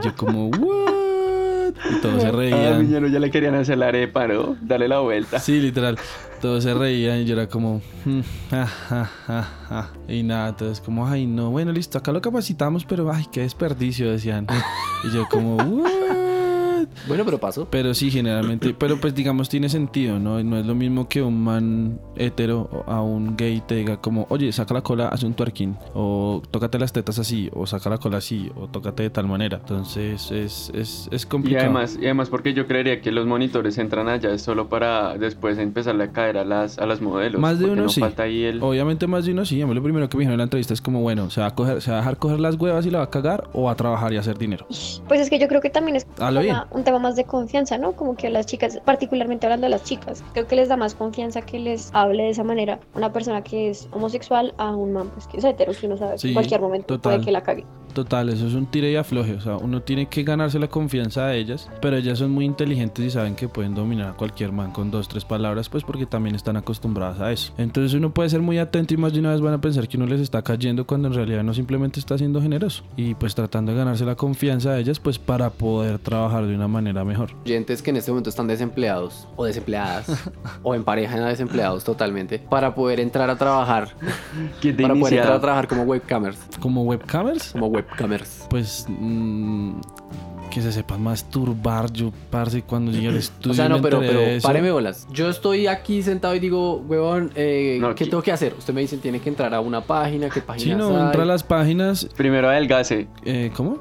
Speaker 7: Y yo como, what? Y todos se
Speaker 3: Ah,
Speaker 7: reían.
Speaker 3: miñero, ya le querían hacer la arepa, ¿no? Dale la vuelta.
Speaker 7: Sí, literal. Todos se reían y yo era como, "Mm, ja, ja, ja, ja". y nada, todos como, ay, no, bueno, listo, acá lo capacitamos, pero ay, qué desperdicio, decían. Y yo como, what?
Speaker 2: Bueno, pero pasó.
Speaker 7: Pero sí, generalmente, pero pues digamos tiene sentido, ¿no? No es lo mismo que un man hetero a un gay te diga como, oye, saca la cola, haz un twerking, o tócate las tetas así, o saca la cola así, o tócate de tal manera. Entonces es, es, es
Speaker 3: Y
Speaker 7: complicado.
Speaker 3: además, y además porque yo creería que los monitores entran allá es solo para después empezarle a caer a las, a las modelos.
Speaker 7: Más de
Speaker 3: porque
Speaker 7: uno
Speaker 3: no
Speaker 7: sí.
Speaker 3: falta ahí el...
Speaker 7: Obviamente más de uno sí, a mí lo primero que me dijeron en la entrevista es como, bueno, ¿se va, a coger, ¿se va a dejar coger las huevas y la va a cagar o va a trabajar y hacer dinero?
Speaker 6: Pues es que yo creo que también es
Speaker 7: A lo bien.
Speaker 6: una- un tema más de confianza, ¿no? Como que a las chicas, particularmente hablando de las chicas, creo que les da más confianza que les hable de esa manera una persona que es homosexual a un man pues que es hetero, que uno sabe que
Speaker 7: Sí,
Speaker 6: en cualquier momento
Speaker 7: total.
Speaker 6: puede que la cague. [LAUGHS]
Speaker 7: Total, eso es un tire y afloje. O sea, uno tiene que ganarse la confianza de ellas, pero ellas son muy inteligentes y saben que pueden dominar a cualquier man con dos, tres palabras, pues porque también están acostumbradas a eso. Entonces uno puede ser muy atento y más de una vez van a pensar que uno les está cayendo cuando en realidad no simplemente está siendo generoso. Y pues tratando de ganarse la confianza de ellas, pues para poder trabajar de una manera mejor.
Speaker 2: Oyentes que en este momento están desempleados o
Speaker 7: [LAUGHS]
Speaker 2: desempleadas o en pareja de desempleados totalmente para poder entrar a trabajar,
Speaker 3: que de
Speaker 2: para poder entrar a
Speaker 3: iniciado.
Speaker 2: trabajar como webcamers,
Speaker 7: Como webcamers,
Speaker 2: como webcamers.
Speaker 7: pues... mm, que se sepan masturbar. Yo, parce, cuando
Speaker 2: [CLEARS THROAT]
Speaker 7: llegué al estudio.
Speaker 2: O sea, no,
Speaker 7: me
Speaker 2: pero,
Speaker 7: enteré
Speaker 2: pero
Speaker 7: de eso.
Speaker 2: páreme bolas. Yo estoy aquí sentado y digo, huevón, eh,
Speaker 3: No,
Speaker 2: ¿qué
Speaker 3: aquí-
Speaker 2: tengo que hacer? Usted me dice, tiene que entrar a una página, ¿qué página
Speaker 7: Sí, no, entra a las páginas.
Speaker 3: Primero
Speaker 7: [LAUGHS]
Speaker 3: adelgase.
Speaker 7: eh, ¿Cómo?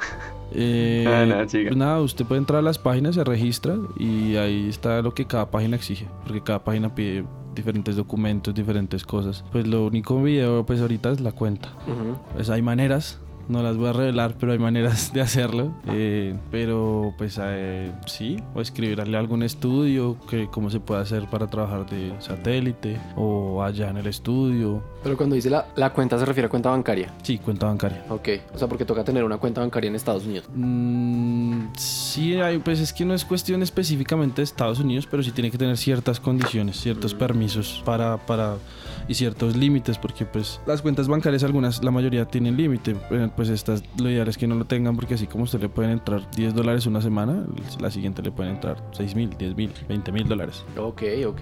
Speaker 7: Eh,
Speaker 3: Ah, nada, siga.
Speaker 7: pues nada, usted puede entrar a las páginas, se registra y ahí está lo que cada página exige. Porque cada página pide diferentes documentos, diferentes cosas. Pues lo único video, pues ahorita es la cuenta.
Speaker 2: Ujú.
Speaker 7: Pues hay maneras, no las voy a revelar, pero hay maneras de hacerlo. Eh, pero pues eh, sí, o escribirle a algún estudio, que cómo se puede hacer para trabajar de satélite o allá en el estudio.
Speaker 2: Pero cuando dice la, la cuenta se refiere a cuenta bancaria.
Speaker 7: Sí, cuenta bancaria.
Speaker 2: Ok, o sea, porque toca tener una cuenta bancaria en Estados Unidos.
Speaker 7: Mm, sí, hay, pues es que no es cuestión específicamente de Estados Unidos, pero sí tiene que tener ciertas condiciones, ciertos permisos para, para y ciertos límites, porque pues las cuentas bancarias algunas, la mayoría tienen límite, eh, pues estas lo ideal es que no lo tengan porque así como a usted le pueden entrar 10 dólares una semana, la siguiente le pueden entrar 6 mil, 10 mil, 20 mil dólares.
Speaker 2: Ok, ok.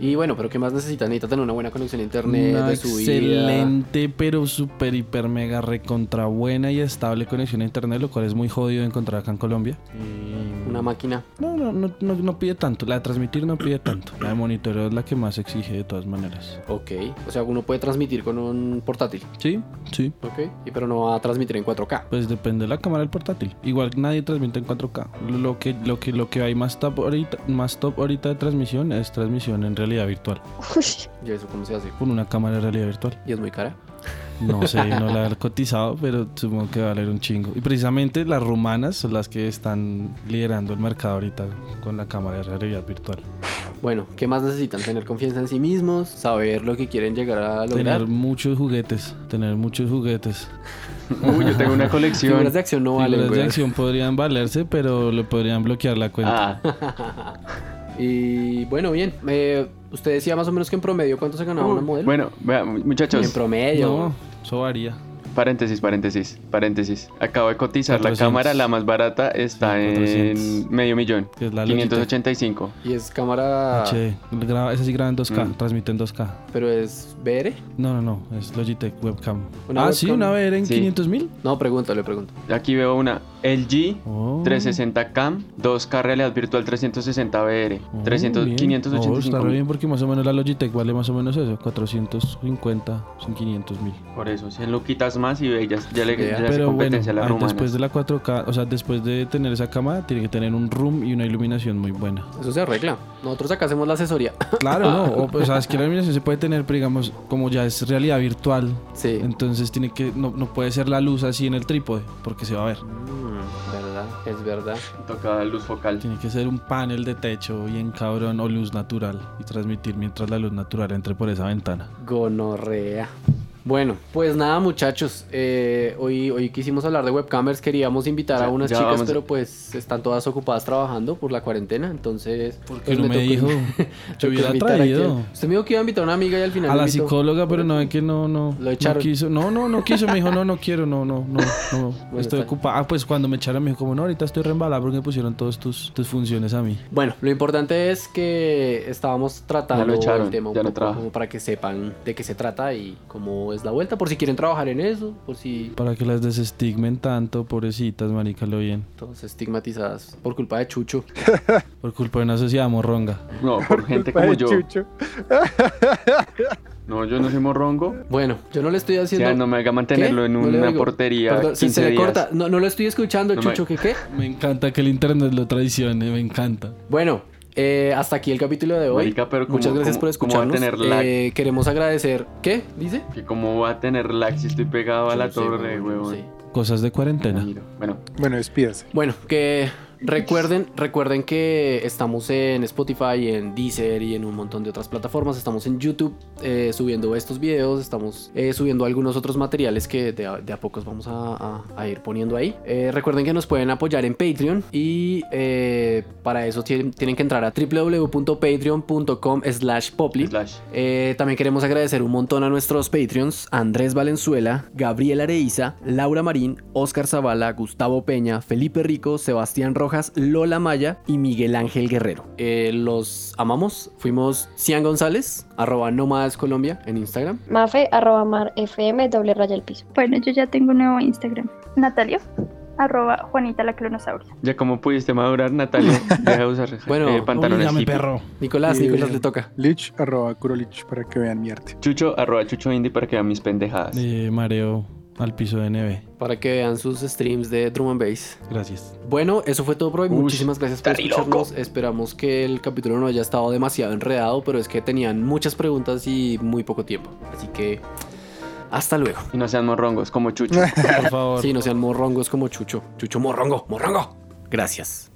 Speaker 2: Y bueno, pero ¿qué más necesita? Necesita tener una buena conexión a internet,
Speaker 7: Una
Speaker 2: de subida.
Speaker 7: excelente, pero super hiper, mega, recontra buena y estable conexión a internet, lo cual es muy jodido de encontrar acá en Colombia. Y-
Speaker 2: Una máquina.
Speaker 7: No, no, no, no, no pide tanto. La de transmitir no pide tanto. La de monitoreo es la que más exige de todas maneras.
Speaker 2: Ok. O sea, uno puede transmitir con un portátil.
Speaker 7: Sí, sí.
Speaker 2: Ok. Y pero no va a transmitir en 4K.
Speaker 7: Pues depende de la cámara del portátil. Igual nadie transmite en 4K. Lo que, lo que, lo que hay más top ahorita, más top ahorita de transmisión es transmisión en realidad virtual.
Speaker 6: Ush,
Speaker 2: ¿Y eso cómo se hace?
Speaker 7: Con una cámara de realidad virtual.
Speaker 2: Y es muy cara.
Speaker 7: No sé, no la he cotizado, pero supongo que va a valer un chingo. Y precisamente las rumanas son las que están liderando el mercado ahorita con la cámara de realidad virtual.
Speaker 2: Bueno, ¿qué más necesitan? Tener confianza en sí mismos, saber lo que quieren llegar a lograr.
Speaker 7: Tener muchos juguetes, tener muchos juguetes.
Speaker 3: Uy, yo tengo una colección.
Speaker 2: Figuras de acción no
Speaker 7: Figuras
Speaker 2: valen, pues.
Speaker 7: de
Speaker 2: weón.
Speaker 7: acción podrían valerse, pero le podrían bloquear la cuenta.
Speaker 3: Ah,
Speaker 2: [LAUGHS] Y bueno, bien. eh, usted decía más o menos que en promedio cuánto se ganaba una modelo.
Speaker 3: bueno, vea,
Speaker 2: en
Speaker 3: muchachos,
Speaker 2: promedio.
Speaker 7: no, eso varía.
Speaker 3: paréntesis, paréntesis, paréntesis. Acabo de cotizar
Speaker 7: 400.
Speaker 3: la cámara, la más barata está
Speaker 7: Sí, 400.
Speaker 3: en medio millón.
Speaker 7: Que es la lógica.
Speaker 3: 585.
Speaker 2: Y es cámara.
Speaker 7: Che, graba- esa sí graba en 2K,
Speaker 3: Mm.
Speaker 7: transmite en 2K.
Speaker 2: Pero es VR.
Speaker 7: No, no, no, es Logitech Webcam.
Speaker 2: ¿Una
Speaker 7: ah,
Speaker 2: webcam?
Speaker 7: sí, una VR en
Speaker 3: Sí.
Speaker 7: 500 mil.
Speaker 2: No, pregunto, le pregunto.
Speaker 3: Aquí veo una LG
Speaker 7: Oh.
Speaker 3: 360 Cam, 2K Realidad Virtual 360 VR, 300,
Speaker 7: oh, bien. Oh, está
Speaker 3: 585
Speaker 7: re
Speaker 3: mil.
Speaker 7: bien porque más o menos la Logitech vale más o menos eso, 450, son 500 mil.
Speaker 3: Por eso, si lo quitas más y ve, ya, ya le
Speaker 2: Vea.
Speaker 3: ya hace
Speaker 7: Pero bueno,
Speaker 3: competencia a
Speaker 7: ah,
Speaker 3: la rumana.
Speaker 7: después de la 4K, o sea, después de tener esa cámara, tiene que tener un room y una iluminación muy buena.
Speaker 2: Eso se arregla. Nosotros acá hacemos la asesoría. [LAUGHS]
Speaker 7: Claro, no, o, o sea, es que la iluminación se puede tener, pero digamos, como ya es realidad virtual,
Speaker 2: Sí.
Speaker 7: Entonces tiene que no, no puede ser la luz así en el trípode porque se va a ver.
Speaker 2: Mm, verdad, es verdad.
Speaker 3: Toca luz focal.
Speaker 7: Tiene que ser un panel de techo bien cabrón o luz natural y transmitir mientras la luz natural entre por esa ventana.
Speaker 2: Gonorrea. Bueno, pues nada muchachos, eh, hoy, hoy quisimos hablar de webcamers, queríamos invitar
Speaker 3: Ya-
Speaker 2: a unas
Speaker 3: ya
Speaker 2: chicas,
Speaker 3: vamos.
Speaker 2: pero pues están todas ocupadas trabajando por la cuarentena, entonces...
Speaker 7: Que
Speaker 2: pues,
Speaker 7: no me
Speaker 2: tocó- [LAUGHS]
Speaker 7: dijo,
Speaker 2: me
Speaker 7: yo
Speaker 2: tocó
Speaker 7: hubiera
Speaker 2: invitar a quien-
Speaker 7: traído
Speaker 2: Usted me dijo que iba a invitar a una amiga y al final...
Speaker 7: a la
Speaker 2: invitó.
Speaker 7: psicóloga, pero no es que no no
Speaker 2: Lo echaron.
Speaker 7: no quiso. No, no, no quiso, me dijo, "No, no quiero, no, no, no, no,
Speaker 2: está.
Speaker 7: estoy ocupada." Ah, pues cuando me echaron me dijo como, "No, ahorita estoy reembalada porque me pusieron todas tus tus funciones a mí."
Speaker 2: Bueno, lo importante es que estábamos tratando
Speaker 3: Ya lo echaron,
Speaker 2: el tema un
Speaker 3: ya no
Speaker 2: poco
Speaker 3: trabaja.
Speaker 2: como para que sepan de qué se trata y cómo es la vuelta, por si quieren trabajar en eso, por si
Speaker 7: Para que las desestigmen tanto, pobrecitas, marica, lo bien.
Speaker 2: todos estigmatizadas por culpa de Chucho.
Speaker 7: Por culpa de una sociedad morronga.
Speaker 3: No,
Speaker 2: [LAUGHS]
Speaker 3: por gente
Speaker 4: Culpa
Speaker 3: como
Speaker 4: de
Speaker 3: yo.
Speaker 4: Chucho.
Speaker 3: No, yo no soy morrongo.
Speaker 2: Bueno, yo no le estoy
Speaker 3: O
Speaker 2: haciendo...
Speaker 3: sea, no me haga mantenerlo
Speaker 2: ¿Qué?
Speaker 3: en
Speaker 2: No le
Speaker 3: una
Speaker 2: oigo.
Speaker 3: portería
Speaker 2: Perdón, se-
Speaker 3: 15
Speaker 2: se le
Speaker 3: días.
Speaker 2: corta. No, no lo estoy escuchando,
Speaker 3: No me-
Speaker 2: Chucho, ¿qué qué?
Speaker 7: Me encanta que el internet lo traicione, me encanta.
Speaker 2: Bueno, eh, hasta aquí el capítulo de hoy.
Speaker 3: Marica, pero ¿cómo-
Speaker 2: Muchas gracias
Speaker 3: cómo-
Speaker 2: por
Speaker 3: cómo va a
Speaker 2: escucharnos.
Speaker 3: tener lag?
Speaker 2: Eh, queremos agradecer. ¿Qué? ¿Dice?
Speaker 3: Que como va a tener lag si estoy pegado a
Speaker 2: Yo
Speaker 3: la
Speaker 2: no sé,
Speaker 3: torre,
Speaker 2: yo no
Speaker 3: huevón.
Speaker 2: sé.
Speaker 7: Cosas de cuarentena.
Speaker 3: Mira, Bueno,
Speaker 4: Bueno, despídase.
Speaker 2: Bueno, que recuerden, recuerden que estamos en Spotify, en Deezer y en un montón de otras plataformas. Estamos en YouTube eh, subiendo estos videos, estamos eh, subiendo algunos otros materiales que de a, de a pocos vamos a, a- a ir poniendo ahí. Eh, recuerden que nos pueden apoyar en Patreon y eh, para eso tienen, tienen que entrar a www.patreon.com slash poply.
Speaker 3: slash.
Speaker 2: Eh, también queremos agradecer un montón a nuestros Patreons, Andrés Valenzuela, Gabriel Areiza, Laura Marín, Óscar Zavala, Gustavo Peña, Felipe Rico, Sebastián Rojas, Lola Maya y Miguel Ángel Guerrero. Eh, los amamos, fuimos Cian González, arroba Nómadas Colombia en Instagram.
Speaker 6: Mafe, arroba mar, fm, doble raya al piso.
Speaker 5: Bueno, yo ya tengo un nuevo Instagram. Natalia. arroba Juanita la clonosauria.
Speaker 3: Ya como pudiste
Speaker 2: [LAUGHS]
Speaker 3: madurar, Natalia, deja de usar
Speaker 2: Bueno,
Speaker 3: eh, pantalones
Speaker 7: Humíllame,
Speaker 3: hippie.
Speaker 7: perro.
Speaker 2: Nicolás,
Speaker 4: Sí.
Speaker 2: Nicolás le toca.
Speaker 4: Lich, arroba Kurolich para que vean mi arte.
Speaker 3: Chucho, arroba Chucho Indie para que vean mis pendejadas.
Speaker 7: Eh, mareo al piso de NB.
Speaker 2: Para que vean sus streams de Drum and Bass.
Speaker 3: [LAUGHS]
Speaker 7: Gracias.
Speaker 2: Bueno, eso fue todo por hoy.
Speaker 3: Uy,
Speaker 2: Muchísimas gracias por
Speaker 3: está re
Speaker 2: escucharnos. Esperamos que el capítulo no haya estado demasiado enredado, pero es que tenían muchas preguntas y muy poco tiempo. Así que hasta luego.
Speaker 3: Y no sean
Speaker 2: [LAUGHS]
Speaker 3: morrongos como Chucho.
Speaker 7: Por favor.
Speaker 2: Sí, no sean morrongos como Chucho. Chucho morrongo, morrongo. Gracias.